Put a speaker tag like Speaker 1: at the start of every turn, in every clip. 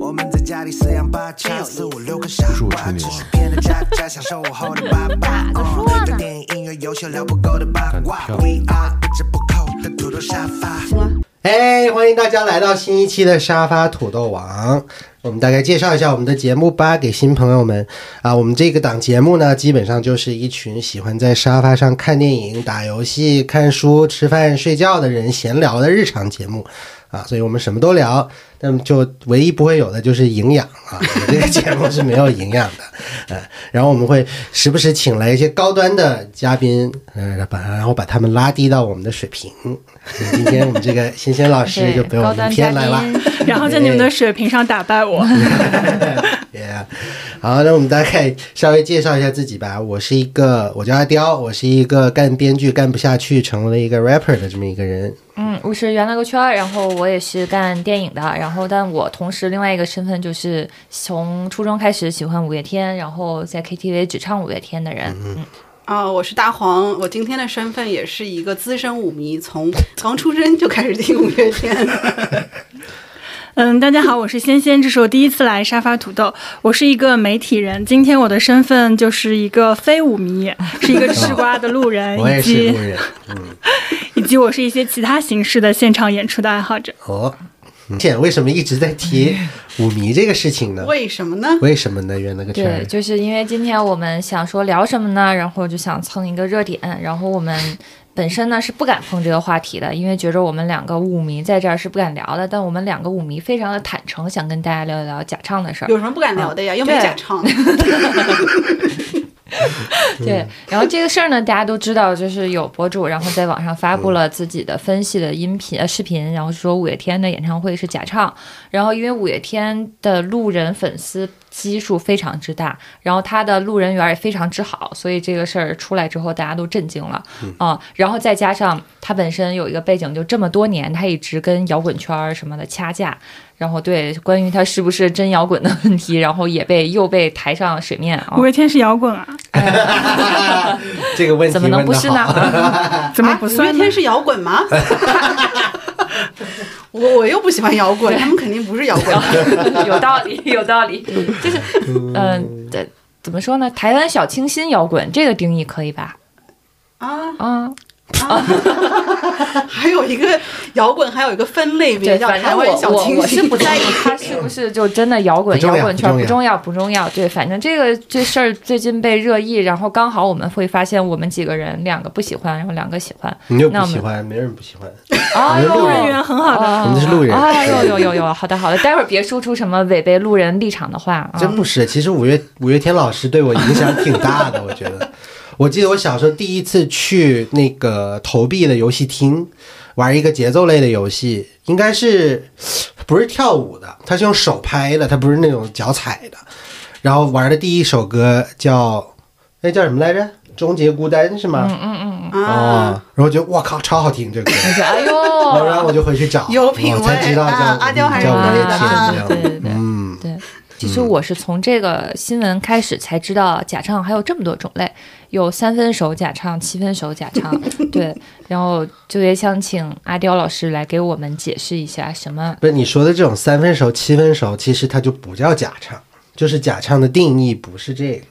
Speaker 1: 我们在家里四仰八
Speaker 2: 哎
Speaker 1: 叉，四五六个傻
Speaker 3: 树
Speaker 1: 瓜，
Speaker 3: 吹牛
Speaker 1: 只是骗着家家享受午后的八卦。
Speaker 2: 啊咋个说
Speaker 1: 嗯对
Speaker 2: 呢
Speaker 1: 电影、音乐、游戏聊不够的八卦
Speaker 3: 干得漂
Speaker 1: ，We are 一直不扣的土豆沙发。
Speaker 4: 哎，欢迎大家来到新一期的沙发土豆王。我们大概介绍一下我们的节目吧，给新朋友们啊，我们这个档节目呢，基本上就是一群喜欢在沙发上看电影、打游戏、看书、吃饭、睡觉的人闲聊的日常节目啊，所以我们什么都聊。那么就唯一不会有的就是营养啊，我们这个节目是没有营养的。呃，然后我们会时不时请来一些高端的嘉宾，呃，把然后把他们拉低到我们的水平。今天我们这个欣欣老师就被我们骗来了。
Speaker 5: 然后在你们的水平上打败我。
Speaker 4: Yeah，好，那我们大概稍微介绍一下自己吧。我是一个，我叫阿刁，我是一个干编剧干不下去，成为了一个 rapper 的这么一个人。
Speaker 2: 嗯，我是原来个圈儿，然后我也是干电影的，然后但我同时另外一个身份就是从初中开始喜欢五月天，然后在 KTV 只唱五月天的人。嗯，
Speaker 6: 啊、我是大黄，我今天的身份也是一个资深舞迷，从刚出生就开始听五月天。
Speaker 5: 嗯，大家好，我是仙仙，这是我第一次来沙发土豆，我是一个媒体人，今天我的身份就是一个非舞迷，是一个吃瓜的路 人，
Speaker 4: 我也
Speaker 5: 以
Speaker 4: 是
Speaker 5: 及
Speaker 4: 路人。
Speaker 5: 以及我是一些其他形式的现场演出的爱好者。
Speaker 4: 哦，倩、为什么一直在提舞迷这个事情呢？
Speaker 6: 为什么呢？
Speaker 4: 为什么呢？圆了个圈
Speaker 2: 对，
Speaker 4: 儿。
Speaker 2: 就是因为今天我们想说聊什么呢，然后就想蹭一个热点，然后我们本身呢是不敢碰这个话题的，因为觉着我们两个舞迷在这儿是不敢聊的，但我们两个舞迷非常的坦诚，想跟大家聊一聊假唱的事儿。
Speaker 6: 有什么不敢聊的呀？又
Speaker 2: 嗯
Speaker 6: 没
Speaker 2: 对
Speaker 6: 假 唱，
Speaker 2: 对，然后这个事儿呢，大家都知道，就是有博主，然后在网上发
Speaker 4: 嗯
Speaker 2: 布了自己的分析的音频、呃视频，然后说五月天的演唱会是假唱，然后因为五月天的路人粉丝基数非常之大，然后他的路人缘也非常之好，所以这个事儿出来之后，大家都震惊了
Speaker 4: 嗯
Speaker 2: 啊、然后再加上他本身有一个背景，就这么多年，他一直跟摇滚圈儿什么的掐架，然后对关于他是不是真摇滚的问题，然后也被又被抬上水面啊
Speaker 5: 五。月天是摇滚啊，
Speaker 4: 这个问题
Speaker 2: 怎么
Speaker 4: 问
Speaker 2: 能不
Speaker 4: 的
Speaker 2: 是
Speaker 4: 好。
Speaker 2: 呢？
Speaker 5: 怎么不
Speaker 6: 啊五月
Speaker 5: 算呢？
Speaker 6: 天是摇滚 吗？我我又不喜欢摇滚，他们肯定不是摇滚。
Speaker 2: 有道理，有道理，就是，嗯、这怎么说呢？台湾小清新摇滚这个定义可以吧？
Speaker 6: 啊
Speaker 2: 啊，
Speaker 6: 还有一个摇滚，还有一个分类
Speaker 2: 对，
Speaker 6: 别叫
Speaker 2: 反
Speaker 6: 台
Speaker 2: 正我
Speaker 6: 湾小
Speaker 2: 我
Speaker 6: 清
Speaker 2: 我是
Speaker 6: 新啊
Speaker 2: 不。在意它是不是就真的摇滚
Speaker 4: 不重
Speaker 2: 摇
Speaker 4: 要
Speaker 2: 滚圈
Speaker 4: 不重要
Speaker 2: 不重要不重要，对，反正这个这事儿最近被热议，然后刚好我们会发现我们几个人两个不喜欢，然后两个喜欢，
Speaker 4: 你又
Speaker 2: 那
Speaker 4: 不
Speaker 2: 我们
Speaker 4: 喜欢，没人不喜欢，
Speaker 2: 哎呦
Speaker 4: 路
Speaker 5: 路人缘很好的，
Speaker 4: 人
Speaker 2: 啊
Speaker 4: 家是路人。
Speaker 2: 啊，有有有有，好的好的，待会儿别说出什么违背路人立场的话啊。
Speaker 4: 真不是，其实五月五月天老师对我影响挺大的，我觉得。 我记得我小时候第一次去那个投币的游戏厅玩一个节奏类的游戏，应该是不是跳舞的，它是用手拍的，它不是那种脚踩的。然后玩的第一首歌叫那叫什么来着？终结孤单是
Speaker 2: 嗯
Speaker 4: 吗？
Speaker 6: 啊，
Speaker 4: 哦，然后就哇靠，超好听 这个歌。
Speaker 2: 哎呦，
Speaker 4: 然后我就回去找，哦
Speaker 6: 有品
Speaker 4: 我才
Speaker 6: 味
Speaker 4: 知道叫
Speaker 6: 啊阿刁还是
Speaker 4: 叫
Speaker 6: 有
Speaker 4: 五月
Speaker 6: 品味
Speaker 4: 天
Speaker 6: 的
Speaker 4: 这
Speaker 2: 啊
Speaker 4: 样。
Speaker 2: 对对对
Speaker 4: 嗯，
Speaker 2: 对，其实我是从这个新闻开始才知道假唱还有这么多种类，有三分熟假唱、七分熟假唱，对。然后就也想请阿刁老师来给我们解释一下什么。
Speaker 4: 不是你说的这种三分熟、七分熟，其实它就不叫假唱，就是假唱的定义不是这个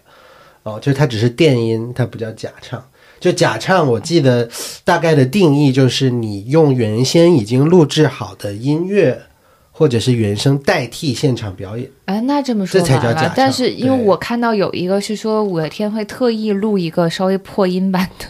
Speaker 4: 哦，就是它只是电音，它不叫假唱。就假唱，我记得大概的定义就是你用原先已经录制好的音乐或者是原声代替现场表演。
Speaker 2: 哎，那这么说
Speaker 4: 这才
Speaker 2: 完
Speaker 4: 叫假
Speaker 2: 了。但
Speaker 4: 唱
Speaker 2: 是因为
Speaker 4: 对
Speaker 2: 我看到有一个是说五月天会特意录一个稍微破音版的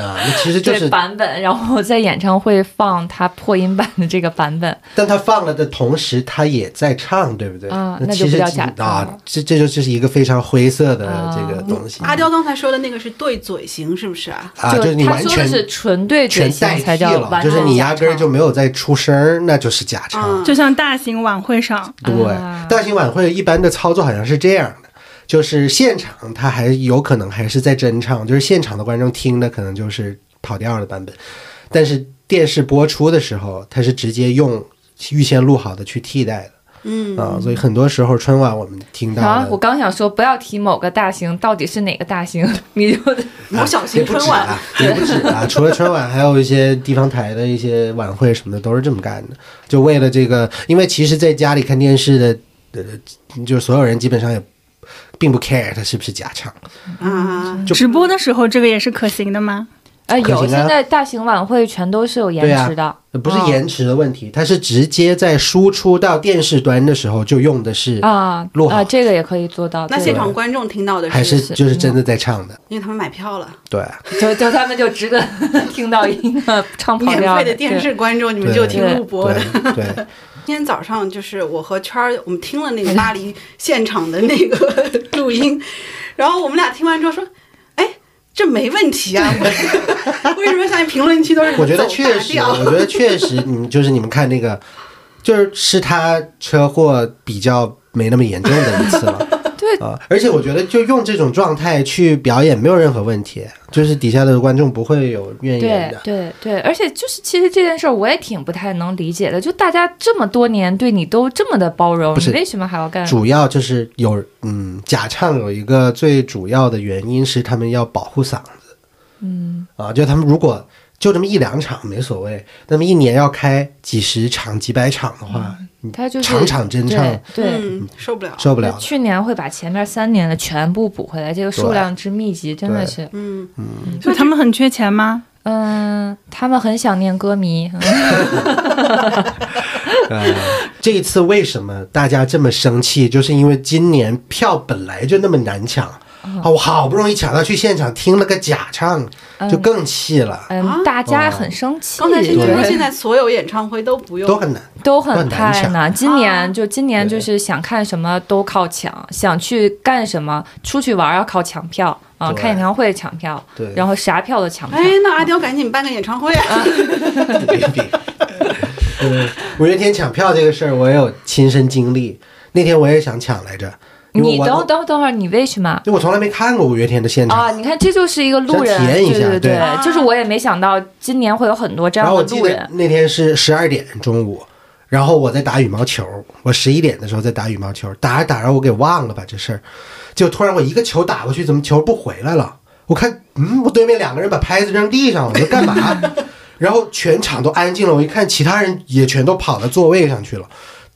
Speaker 4: 啊，那其实就
Speaker 2: 对
Speaker 4: 是，
Speaker 2: 版本，然后在演唱会放他破音版的这个版本。
Speaker 4: 但他放了的同时，他也在唱，对不对？
Speaker 2: 啊
Speaker 4: 那
Speaker 2: 那
Speaker 4: 其
Speaker 2: 就不
Speaker 4: 实
Speaker 2: 叫
Speaker 4: 其
Speaker 2: 假唱
Speaker 4: 啊
Speaker 2: 了，啊
Speaker 4: 这这就就是一个非常灰色的这个东西。
Speaker 6: 阿刁刚才说的那个是对嘴型，是不是啊？
Speaker 4: 啊，就是你
Speaker 2: 他
Speaker 4: 完
Speaker 2: 说
Speaker 4: 全
Speaker 2: 的是纯对嘴
Speaker 4: 全
Speaker 2: 型
Speaker 4: 代
Speaker 2: 才
Speaker 4: 替
Speaker 2: 叫
Speaker 4: 了，
Speaker 2: 完
Speaker 4: 就是
Speaker 2: 全
Speaker 4: 你
Speaker 2: 假
Speaker 4: 压根儿
Speaker 2: 唱
Speaker 4: 就没有在出声儿，那就是假唱。
Speaker 6: 嗯
Speaker 5: 就像大型晚会上，
Speaker 4: 对
Speaker 2: 啊，
Speaker 4: 大型晚会一般的操作好像是这样的，就是现场他还有可能还是在真唱，就是现场的观众听的可能就是跑调的版本，但是电视播出的时候，他是直接用预先录好的去替代的。
Speaker 6: 嗯
Speaker 4: 啊，所以很多时候春晚我们听到
Speaker 2: 然后
Speaker 4: 了
Speaker 2: 我刚想说，不要提某个大型，到底是哪个大型， 你就
Speaker 4: 啊
Speaker 6: 某小型
Speaker 4: 也不
Speaker 6: 春
Speaker 4: 止
Speaker 6: 晚
Speaker 4: 啊，也不止啊，除了春晚，还有一些地方台的一些晚会什么的都是这么干的，就为了这个，因为其实在家里看电视的，呃，就是所有人基本上也并不 care 它是不是假唱，
Speaker 6: 啊，
Speaker 4: 就
Speaker 5: 直播的时候这个也是可行的吗？
Speaker 2: 啊
Speaker 4: 可
Speaker 2: 有
Speaker 4: 行啊
Speaker 2: 现在大型晚会全都是有延
Speaker 4: 对啊
Speaker 2: 迟的，
Speaker 4: 呃不是延迟的问题，它是直接在输出到电视端的时候就用的是，
Speaker 2: 啊
Speaker 4: 录好
Speaker 2: 啊，这个也可以做到。
Speaker 6: 那
Speaker 2: 对
Speaker 6: 现场观众听到的
Speaker 4: 还是
Speaker 2: 是
Speaker 4: 就是真的在唱的，
Speaker 6: 因为他们买票了，
Speaker 4: 对，
Speaker 2: 就就他们就值得 听到一个唱跑
Speaker 6: 免
Speaker 2: 调
Speaker 6: 费的电视观众，你们就听录播的。
Speaker 4: 对对。
Speaker 6: 今天早上就是我和圈儿，我们听了那个巴黎现场的那个 录音， 然后我们俩听完之后说：“哎，这没问题啊， 为什么下面评论区 都是
Speaker 4: 我觉得
Speaker 6: 走
Speaker 4: 确
Speaker 6: 大
Speaker 4: 实，
Speaker 6: 调
Speaker 4: 我觉得确实，你们就是你们看那个，就是是他车祸比较没那么严重的一次了。
Speaker 2: 对
Speaker 4: 啊、而且我觉得就用这种状态去表演没有任何问题，就是底下的观众不会有怨言
Speaker 2: 对
Speaker 4: 的。
Speaker 2: 对对，而且就是其实这件事儿我也挺不太能理解的，就大家这么多年对你都这么的包容，
Speaker 4: 不是
Speaker 2: 你为什么还要干？
Speaker 4: 主要就是有嗯，假唱有一个最主要的原因是他们要保护嗓子，嗯啊，就他们如果就这么一两场没所谓，那么一年要开几十场、几百场的话，
Speaker 2: 他嗯就是
Speaker 4: 场场真唱
Speaker 2: 对。对
Speaker 6: 嗯，受不了。
Speaker 4: 受不了
Speaker 2: 他去年会把前面三年的全部补回来，这个数
Speaker 4: 对
Speaker 2: 量之密集真的
Speaker 4: 对
Speaker 2: 是，
Speaker 6: 嗯，
Speaker 5: 所以他们很缺钱吗？
Speaker 2: 嗯，他们很想念歌迷，
Speaker 6: 啊
Speaker 2: 嗯
Speaker 4: 呃，这一次为什么大家这么生气？就是因为今年票本来就那么难抢
Speaker 2: 嗯
Speaker 4: 啊，我好不容易抢到去现场听了个假唱，就更气了，
Speaker 2: 嗯，大家很生气。
Speaker 6: 哦刚才新
Speaker 2: 对
Speaker 6: 军说现在所有演唱会都不用，
Speaker 4: 都很难。
Speaker 2: 都很
Speaker 4: 都很难
Speaker 2: 太
Speaker 4: 抢
Speaker 2: 难。今
Speaker 6: 啊
Speaker 2: 年就今年
Speaker 4: 对
Speaker 2: 就是想看什么都靠抢，想去干什么出去玩儿要靠抢票啊，
Speaker 4: 对
Speaker 2: 看演唱会抢票，
Speaker 4: 对
Speaker 2: 然后啥票都抢票
Speaker 6: 哎。，那阿刁赶紧办个演唱会
Speaker 2: 呃
Speaker 6: 啊！
Speaker 4: 嗯，五月天抢票这个事儿我也有亲身经历，那天我也想抢来着，因为
Speaker 2: 你
Speaker 4: 我
Speaker 2: 等等等会儿，你为什么？
Speaker 4: 因为我从来没看过五月天的现
Speaker 2: 啊，
Speaker 4: 场。
Speaker 2: 你看这就是一个路人，
Speaker 4: 想体验一下
Speaker 2: 对
Speaker 4: 对
Speaker 2: 对，就是我也没想到今年会有很多这
Speaker 4: 然
Speaker 2: 样的
Speaker 4: 后我记
Speaker 2: 路
Speaker 4: 得
Speaker 2: 人。
Speaker 4: 那天是十二点中午，然后我在打羽毛球，我十一点的时候在打羽毛球，打着打着我给忘了把这事儿，就突然我一个球打过去，怎么球不回来了？我看，嗯，我对面两个人把拍子扔地上了，我说干嘛？ 然后全场都安静了，我一看其他人也全都跑到座位上去了。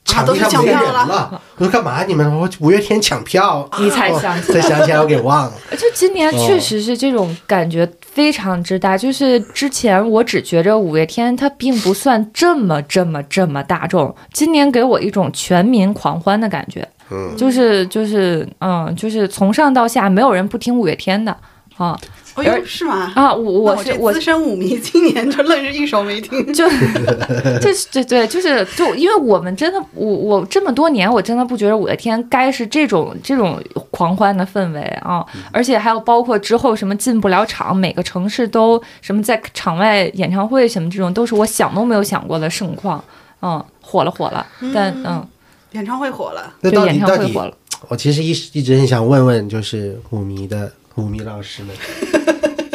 Speaker 4: 场地上没人
Speaker 6: 啊都去抢票
Speaker 4: 了，我说干嘛你们？我说五月天抢票，
Speaker 2: 你才
Speaker 4: 哦
Speaker 2: 想起
Speaker 4: 才想起来我给忘了。
Speaker 2: 就今年
Speaker 4: 哦
Speaker 2: 确实是这种感觉非常之大，就是之前我只觉着五月天他并不算这么这么这么大众，今年给我一种全民狂欢的感觉，嗯，就是就是嗯，就是从上到下没有人不听五月天的啊
Speaker 6: 哎呦，是吗？
Speaker 2: 啊，我
Speaker 6: 那
Speaker 2: 我
Speaker 6: 我
Speaker 2: 是
Speaker 6: 这
Speaker 2: 我
Speaker 6: 资深舞迷今年就愣是一首没听。
Speaker 2: 就 就是对对，就是就因为我们真的，我我这么多年，我真的不觉得五月天该是这种这种狂欢的氛围啊，
Speaker 4: 嗯
Speaker 2: 而且还有包括之后什么进不了场，每个城市都什么在场外演唱会什么这种，都是我想都没有想过的盛况。嗯，火了火了，但嗯，
Speaker 6: 演唱会火了，
Speaker 4: 那
Speaker 2: 就
Speaker 4: 到
Speaker 2: 演
Speaker 4: 底
Speaker 2: 唱
Speaker 4: 到
Speaker 2: 会
Speaker 4: 底
Speaker 2: 火了，
Speaker 4: 我其实一一直很想问问，就是舞迷的舞迷老师们，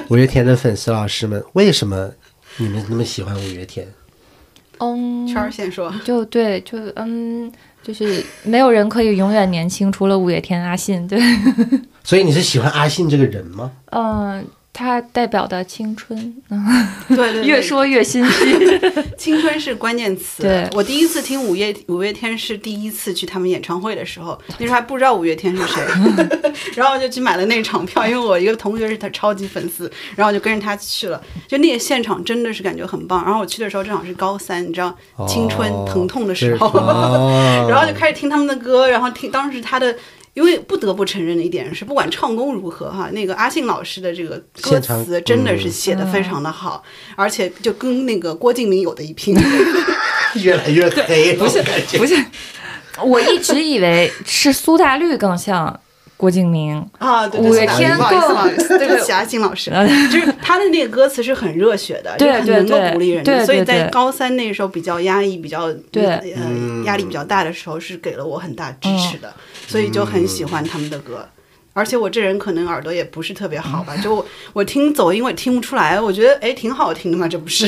Speaker 4: 五月天的粉丝老师们，为什么你们那么喜欢五月天？
Speaker 2: 嗯，
Speaker 6: 圈儿先说，
Speaker 2: 就对，就嗯，就是没有人可以永远年轻，除了五月天、阿信，对，
Speaker 4: 所以你是喜欢阿信这个人吗？
Speaker 2: 嗯，他代表的青春，
Speaker 6: 对对对，
Speaker 2: 越说越心虚。
Speaker 6: 青春是关键词。
Speaker 2: 对
Speaker 6: 我第一次听五月五月天是第一次去他们演唱会的时候，那时候还不知道五月天是谁，然后就去买了那场票，因为我一个同学是他超级粉丝，然后我就跟着他去了。就那个现场真的是感觉很棒。然后我去的时候正好是高三，你知道青春疼痛的时候，
Speaker 4: 哦
Speaker 6: 然后就开始听他们的歌，然后听当时他的。因为不得不承认的一点是，不管唱功如何哈，那个阿信老师的这个歌
Speaker 4: 现场
Speaker 6: 词真的是
Speaker 4: 嗯
Speaker 6: 写的非常的好，而且就跟那个郭敬明有的一拼。
Speaker 4: 越来越黑了，不是感觉
Speaker 2: 不是，我一直以为是苏打绿更像郭敬明。
Speaker 6: 啊，对
Speaker 2: 五月
Speaker 4: 天
Speaker 6: 不好意思，不好意思，
Speaker 2: 更
Speaker 6: 对不起，阿信老师，就是他的那个歌词是很热血的，
Speaker 2: 对
Speaker 6: 就是很能
Speaker 2: 对
Speaker 6: 够
Speaker 2: 对
Speaker 6: 鼓励人
Speaker 2: 对
Speaker 6: 的，
Speaker 2: 对
Speaker 6: 所以在
Speaker 2: 对
Speaker 6: 高三那时候比较压抑、比较
Speaker 2: 对嗯
Speaker 6: 呃压力比较大的时候，是给了我很大支持的，所以就很喜欢他们的歌。而且我这人可能耳朵也不是特别好 吧，就我 我听走音我也听不出来，我觉得哎挺好听的嘛，这不是？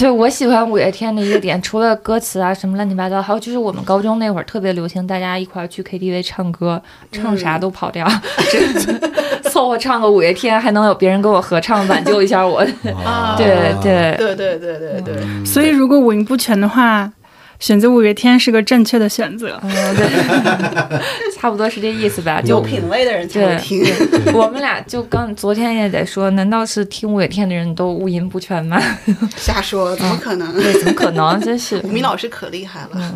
Speaker 2: 对我喜欢五月天的一个点，除了歌词啊什么乱七八糟，还有就是我们高中那会儿特别流行，大家一块儿去 KTV 唱歌，唱啥都跑调，这 凑合唱个五月天，还能有别人跟我合唱，挽救一下我。
Speaker 6: 啊
Speaker 2: 对对，
Speaker 6: 对对对对嗯对，
Speaker 2: 嗯
Speaker 5: 所以如果五音不全的话，选择五月天是个正确的选择。
Speaker 2: 嗯对，差不多是这意思吧。就
Speaker 6: 有品位的人才会听。
Speaker 2: 我们俩就刚昨天也在说，难道是听五月天的人都五音不全吗？
Speaker 6: 瞎说，怎么
Speaker 2: 嗯
Speaker 6: 可能？
Speaker 2: 对，怎么可能？真是
Speaker 6: 吴。 明老师可厉害
Speaker 2: 嗯
Speaker 6: 了，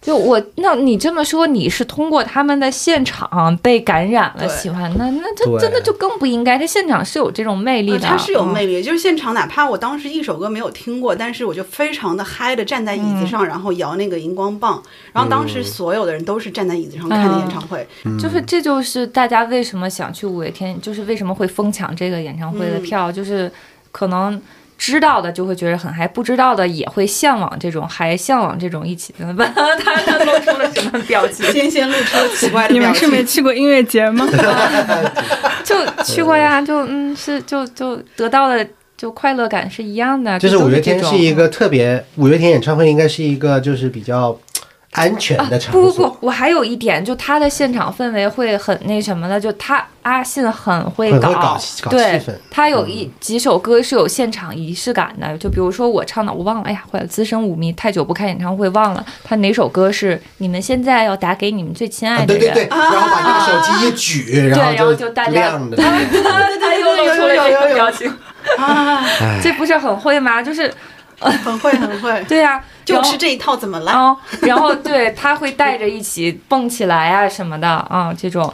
Speaker 2: 就我，那你这么说，你是通过他们的现场被感染了
Speaker 6: 对
Speaker 2: 喜欢，那那这
Speaker 4: 对
Speaker 2: 真的就更不应该。他现场是有这种魅力
Speaker 6: 呃
Speaker 2: 的，
Speaker 6: 他是有
Speaker 2: 嗯
Speaker 6: 魅力，就是现场，哪怕我当时一首歌没有听过，但是我就非常的嗨的站在椅子上，然后摇那个荧光棒，然后当时所有的人都是站在椅子上看的演唱会，
Speaker 2: 就是这就是大家为什么想去五月天，就是为什么会疯抢这个演唱会的
Speaker 6: 嗯
Speaker 2: 票，就是可能知道的就会觉得很嗨，不知道的也会向往这种嗨，向往这种一起。怎么办？ 他他露出了什么 表情？
Speaker 6: 仙仙露出了奇怪的
Speaker 5: 你
Speaker 6: 表
Speaker 5: 们是
Speaker 6: 情。
Speaker 5: 没去过音乐节 吗？
Speaker 2: 就去过呀，就嗯是就就得到的就快乐感是一样的，
Speaker 4: 就是
Speaker 2: 都
Speaker 4: 五月
Speaker 2: 这
Speaker 4: 天
Speaker 2: 种嗯
Speaker 4: 是一个特别，五月天演唱会应该是一个就是比较呃安全的场
Speaker 2: 啊不
Speaker 4: 所。啊
Speaker 2: 不不，我还有一点，就他的现场氛围会很那什么的，就他阿信很会
Speaker 4: 很
Speaker 2: 搞，
Speaker 4: 会搞气搞
Speaker 2: 对
Speaker 4: 气氛，
Speaker 2: 他有一、几首歌是有现场仪式感的，就比如说我唱的，我忘了，哎呀，坏了，资深舞迷太久不看演唱会忘了，他哪首歌是你们现在要打给你们最亲
Speaker 4: 啊
Speaker 2: 爱的
Speaker 4: 对
Speaker 2: 人？
Speaker 4: 对对，然后把那个手机一举，
Speaker 2: 对然后
Speaker 4: 就
Speaker 2: 就大家
Speaker 4: 亮的。
Speaker 2: 他又露出了
Speaker 6: 有有有
Speaker 2: 这
Speaker 6: 有
Speaker 2: 个
Speaker 6: 有
Speaker 2: 表情，
Speaker 6: 啊，
Speaker 4: 哎，
Speaker 2: 这不是很会吗？就是
Speaker 6: 很会很 会，
Speaker 2: 对呀、啊，
Speaker 6: 就
Speaker 2: 然后
Speaker 6: 吃这一套怎么来？
Speaker 2: 啊、然后对他会带着一起蹦起来啊什么的啊、这种。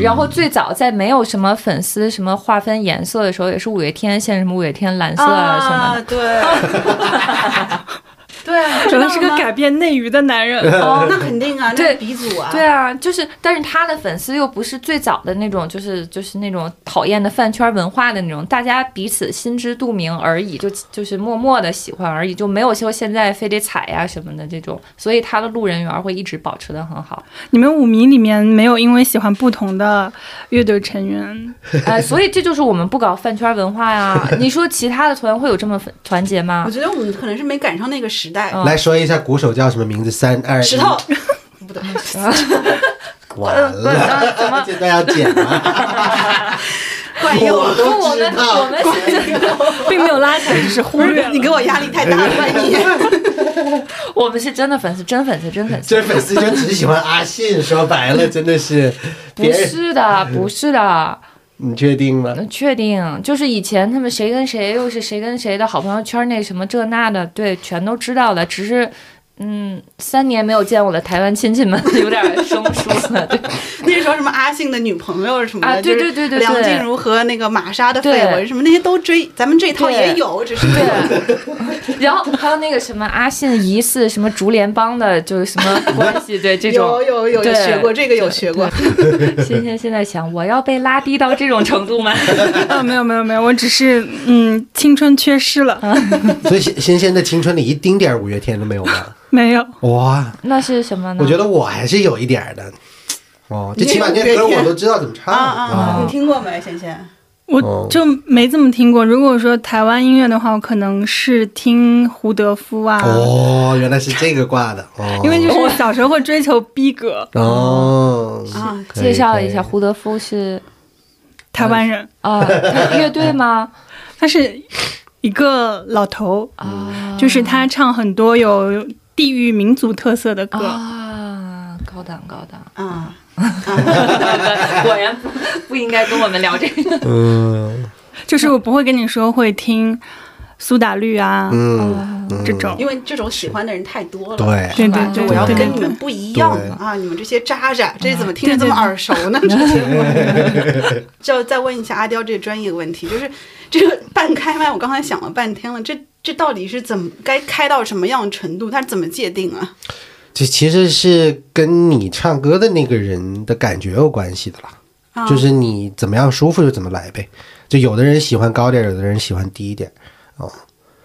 Speaker 2: 然后最早在没有什么粉丝什么划分颜色的时候，也是五月天，现在什么五月天蓝色啊什么
Speaker 6: 啊，
Speaker 2: 的。
Speaker 6: 对，对啊，
Speaker 5: 原来是个
Speaker 6: 感。
Speaker 5: 改变内娱的男 人。
Speaker 6: 哦，那肯定啊，那
Speaker 2: 对
Speaker 6: 是鼻祖啊，
Speaker 2: 对啊，就是，但是他的粉丝又不是最早的那种，就是就是那种讨厌的饭圈文化的那种，大家彼此心知肚明而已，就就是默默的喜欢而已，就没有说现在非得踩呀、什么的这种，所以他的路人缘会一直保持的很好。
Speaker 5: 你们舞迷里面没有因为喜欢不同的乐队成员，
Speaker 2: 呃，所以这就是我们不搞饭圈文化呀。你说其他的团会有这么分团结吗
Speaker 6: 我？觉得我们可能是没赶上那个时代。
Speaker 2: 嗯
Speaker 4: 来说一下鼓手叫什么名字？三二一，
Speaker 6: 石 头，不对，
Speaker 2: 呃
Speaker 4: 完了，
Speaker 2: 怎么
Speaker 4: 这段要剪吗？
Speaker 6: 怪佑，
Speaker 4: 我
Speaker 2: 不，
Speaker 4: 都
Speaker 2: 我
Speaker 4: 知
Speaker 2: 们我
Speaker 4: 道。
Speaker 2: 们 现在
Speaker 5: 并没有拉 扯，只是忽略了
Speaker 6: 你给我压力太大了，万一
Speaker 2: 我们是真的粉丝，真粉丝，真粉丝。
Speaker 4: 这粉丝就只喜欢阿信，说白了真的是，
Speaker 2: 不
Speaker 4: 别人
Speaker 2: 是 的，不是的，
Speaker 4: 你确定吗？
Speaker 2: 嗯确定就是以前他们谁跟谁又是谁跟谁的好朋友圈内什么这那的，对，全都知道了。只是，嗯，三年没有见我的台湾亲戚们 有点生疏了。对，
Speaker 6: 那时候什么阿信的女朋友什么的，
Speaker 2: 啊对对
Speaker 6: 就是
Speaker 2: 对对对
Speaker 6: 梁静茹和那个玛莎的绯
Speaker 2: 对
Speaker 6: 闻什么那些都追，咱们这一套也有，只是没有
Speaker 2: 然后还有那个什么阿信疑似什么竹联帮的，就是什么关系，对这种
Speaker 6: 有有有有
Speaker 2: 对
Speaker 6: 学过这个有学过，
Speaker 2: 欣欣现在想，我要被拉低到这种程度吗？
Speaker 5: 啊，没有没有没有，我只是嗯，青春缺失了，
Speaker 6: 啊
Speaker 4: 所以新新鲜的青春里一丁点儿五月天都没有吗？
Speaker 5: 没有。
Speaker 4: 哇，
Speaker 2: 那是什么呢？
Speaker 4: 我觉得我还是有一点儿的。哦，
Speaker 6: 你
Speaker 4: 最起码
Speaker 6: 也
Speaker 4: 那
Speaker 6: 有
Speaker 4: 歌
Speaker 6: 五月
Speaker 4: 我
Speaker 6: 天
Speaker 4: 都知道怎么唱
Speaker 6: 啊啊，
Speaker 4: 嗯
Speaker 6: 你听过没，贤贤？
Speaker 5: 我
Speaker 4: 哦
Speaker 5: 就没怎么听过。如果说台湾音乐的话，我可能是听胡德夫啊，
Speaker 4: 哦，原来是这个挂的。哦，
Speaker 5: 因为就是小时候会追求逼格，
Speaker 4: 哦
Speaker 6: 啊，
Speaker 4: 可以
Speaker 2: 介绍一下，
Speaker 4: 可以
Speaker 2: 胡德夫是
Speaker 5: 台湾人，
Speaker 2: 啊、 他乐队吗？
Speaker 5: 他是一个老头，
Speaker 6: 哦
Speaker 4: 嗯
Speaker 2: 啊，
Speaker 5: 就是他唱很多有地域民族特色的
Speaker 6: 哦
Speaker 5: 歌。
Speaker 2: 啊，高档高档，
Speaker 6: 啊，
Speaker 2: 果然不不应该跟我们聊这个。
Speaker 4: 嗯
Speaker 5: 就是我不会跟你说会听苏打绿啊
Speaker 4: 嗯，
Speaker 5: 这种，
Speaker 6: 因为这种喜欢的人太多了，
Speaker 4: 对，
Speaker 5: 对对
Speaker 2: 就
Speaker 5: 对，
Speaker 6: 就我要
Speaker 5: 对对
Speaker 6: 跟你
Speaker 5: 对
Speaker 6: 们不一样
Speaker 4: 对
Speaker 6: 啊！你们这些渣渣，这
Speaker 2: 啊
Speaker 6: 怎么听着这么耳熟呢？ 就再问一下阿刁这个专业问题，就是这个半开麦，我刚才想了半天了，这这到底是怎么该开到什么样的程度？它怎么界定啊？
Speaker 4: 这其实是跟你唱歌的那个人的感觉有关系的啦，
Speaker 6: 啊
Speaker 4: 就是你怎么样舒服就怎么来呗。就有的人喜欢高点儿，有的人喜欢低一点儿。哦，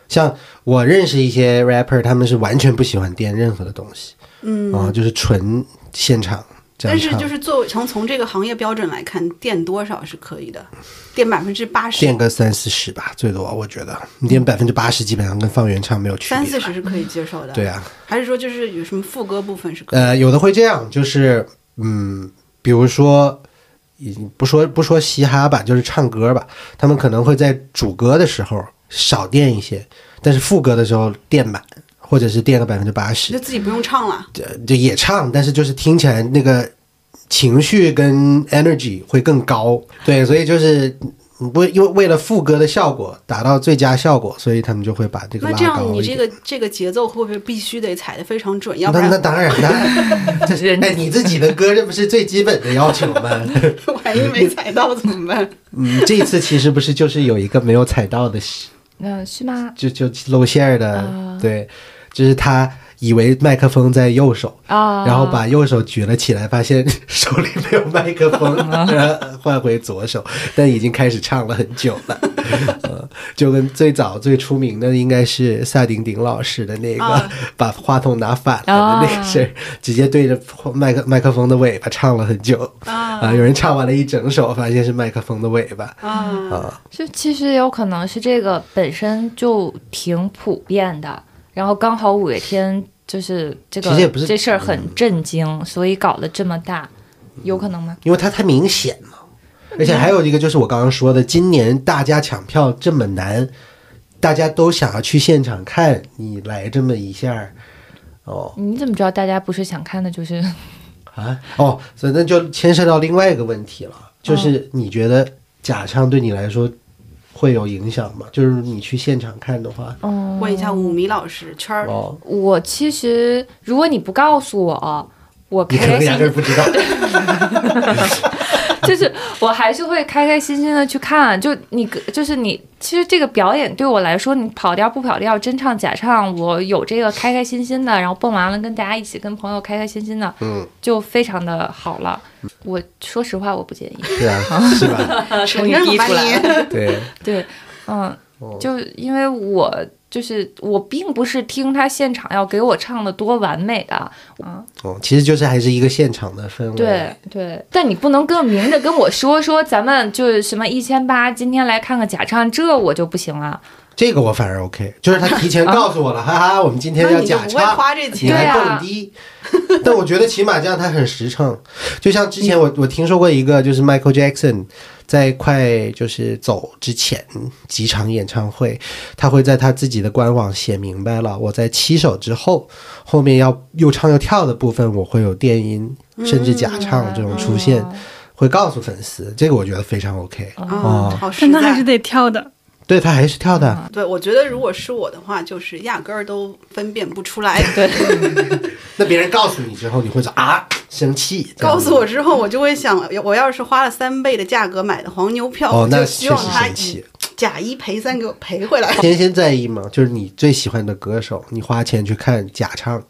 Speaker 4: 像我认识一些哦 rapper，他们是完全不喜欢垫任何的东西，嗯，啊、就是纯现场这样
Speaker 6: 但是
Speaker 4: 唱
Speaker 6: 就是作为从从这个行业标准来看，垫多少是可以的，垫百分之八十
Speaker 4: 垫、个三四十吧，最多我觉得你垫百分之八十，基本上跟放原唱没有区别。
Speaker 6: 嗯三四十是可以接受的。
Speaker 4: 对啊，
Speaker 6: 还是说就是有什么副歌部分是可以？
Speaker 4: 呃，有的会这样，就是嗯，比如说，已经不说不说嘻哈吧，就是唱歌吧，他们可能会在主歌的时候少垫一些，但是副歌的时候垫满，或者是垫个百分之八十
Speaker 6: 就，自己不用唱了。
Speaker 4: 呃就也唱，但是就是听起来那个情绪跟 energy 会更高，对，所以就是。为因为为了副歌的效果达到最佳效果，所以他们就会把这个
Speaker 6: 那
Speaker 4: 拉
Speaker 6: 这样
Speaker 4: 高
Speaker 6: 你
Speaker 4: 一
Speaker 6: 这
Speaker 4: 点。
Speaker 6: 个这个节奏会不会必须得踩得非常准？要不
Speaker 4: 那
Speaker 6: 然
Speaker 4: 那当 然，那这是哎你自己的歌，这不是最基本的要求吗？
Speaker 6: 万一没踩到怎么办？
Speaker 4: 嗯，这一次其实不是就是有一个没有踩到的，
Speaker 2: 嗯，是吗？
Speaker 4: 就就露馅儿的，
Speaker 2: 啊
Speaker 4: 对，就是他以为麦克风在右手，
Speaker 2: 啊，
Speaker 4: 然后把右手举了起来，发现 手里没有麦克风，然后换回左手，但已经开始唱了很久了， 呃，就跟最早最出名的应该是萨顶顶老师的那个、
Speaker 6: 啊
Speaker 4: 把话筒拿反了的那个事儿，直接对着麦克麦克风的尾巴唱了很久，啊、有人唱完了一整首，发现是麦克风的尾巴，
Speaker 6: 啊，
Speaker 4: 啊，
Speaker 2: 就其实有可能是这个本身就挺普遍的，然后刚好五月天就是这个
Speaker 4: 其实也不是嗯
Speaker 2: 这事儿很震惊，所以搞得这么大，有可能吗？
Speaker 4: 因为它太明显了。而且还有一个就是我刚刚说的，今年大家抢票这么难，大家都想要去现场看，你来这么一下儿，哦
Speaker 2: 你怎么知道大家不是想看的，就是
Speaker 4: 啊哦，所以那就牵涉到另外一个问题了，就是你觉得假唱对你来说会有影响吗？就是你去现场看的话，
Speaker 2: 嗯，
Speaker 6: 问一下五迷老师圈儿，
Speaker 4: 哦，
Speaker 2: 我其实如果你不告诉我，我
Speaker 4: 你
Speaker 2: 开
Speaker 4: 可
Speaker 2: 开
Speaker 4: 能
Speaker 2: 心
Speaker 4: 压根儿不知道，
Speaker 2: 就是我还是会开开心心的去看。就你个，就是你，其实这个表演对我来说，你跑调不跑调，真唱假唱，我有这个开开心心的，然后蹦完了跟大家一起跟朋友开开心心的，
Speaker 4: 嗯，
Speaker 2: 就非常的好了。我说实话，我不介意。
Speaker 4: 对啊，是吧？
Speaker 6: 承认了
Speaker 2: 终
Speaker 6: 吧
Speaker 2: 于逼 出来
Speaker 6: 你？
Speaker 4: 对，
Speaker 2: 对，嗯，
Speaker 4: 哦
Speaker 2: 就因为我就是我并不是听他现场要给我唱的多完美的，嗯，
Speaker 4: 哦，其实就是还是一个现场的氛围，
Speaker 2: 对对，但你不能跟明着跟我说说咱们就是什么一千八，今天来看个假唱，这我就不行了。
Speaker 4: 这个我反而 OK，就是他提前告诉我了，哈哈，我们今天
Speaker 6: 那
Speaker 4: 要
Speaker 6: 你就
Speaker 4: 假
Speaker 6: 不会
Speaker 4: 唱，
Speaker 6: 花这
Speaker 4: 你
Speaker 6: 钱
Speaker 2: 对
Speaker 4: 还
Speaker 2: 啊
Speaker 4: 蹦迪。 但我觉得起码这样他很实诚，就像之
Speaker 6: 嗯
Speaker 4: 前我我听说过一个，就是 Michael Jackson 在快就是走之前几场演唱会，他会在他自己的官网写明白了，我在七首之后后面要又唱又跳的部分，我会有电音甚至
Speaker 6: 嗯
Speaker 4: 假唱这种出现，会告诉粉丝，这个我觉得非常 OK。
Speaker 6: 啊，
Speaker 4: 哦
Speaker 6: 好实
Speaker 5: 但他还
Speaker 6: 在
Speaker 5: 是。得跳的。
Speaker 4: 对他还是跳的，
Speaker 6: 对，我觉得如果是我的话，就是压根儿都分辨不出来。
Speaker 2: 对，
Speaker 4: 那别人告诉你之后，你会说啊生气，这样
Speaker 6: 告
Speaker 4: 子
Speaker 6: 诉我之后，我就会想， 我要是花了三倍的价格买的黄牛票，
Speaker 4: 哦
Speaker 6: 我，
Speaker 4: 那
Speaker 6: 就希
Speaker 4: 确
Speaker 6: 望
Speaker 4: 实
Speaker 6: 他
Speaker 4: 生气
Speaker 6: 以。假一赔三给我赔 回来。
Speaker 4: 天仙在意吗？就是你最喜欢的歌手，你花钱去看假唱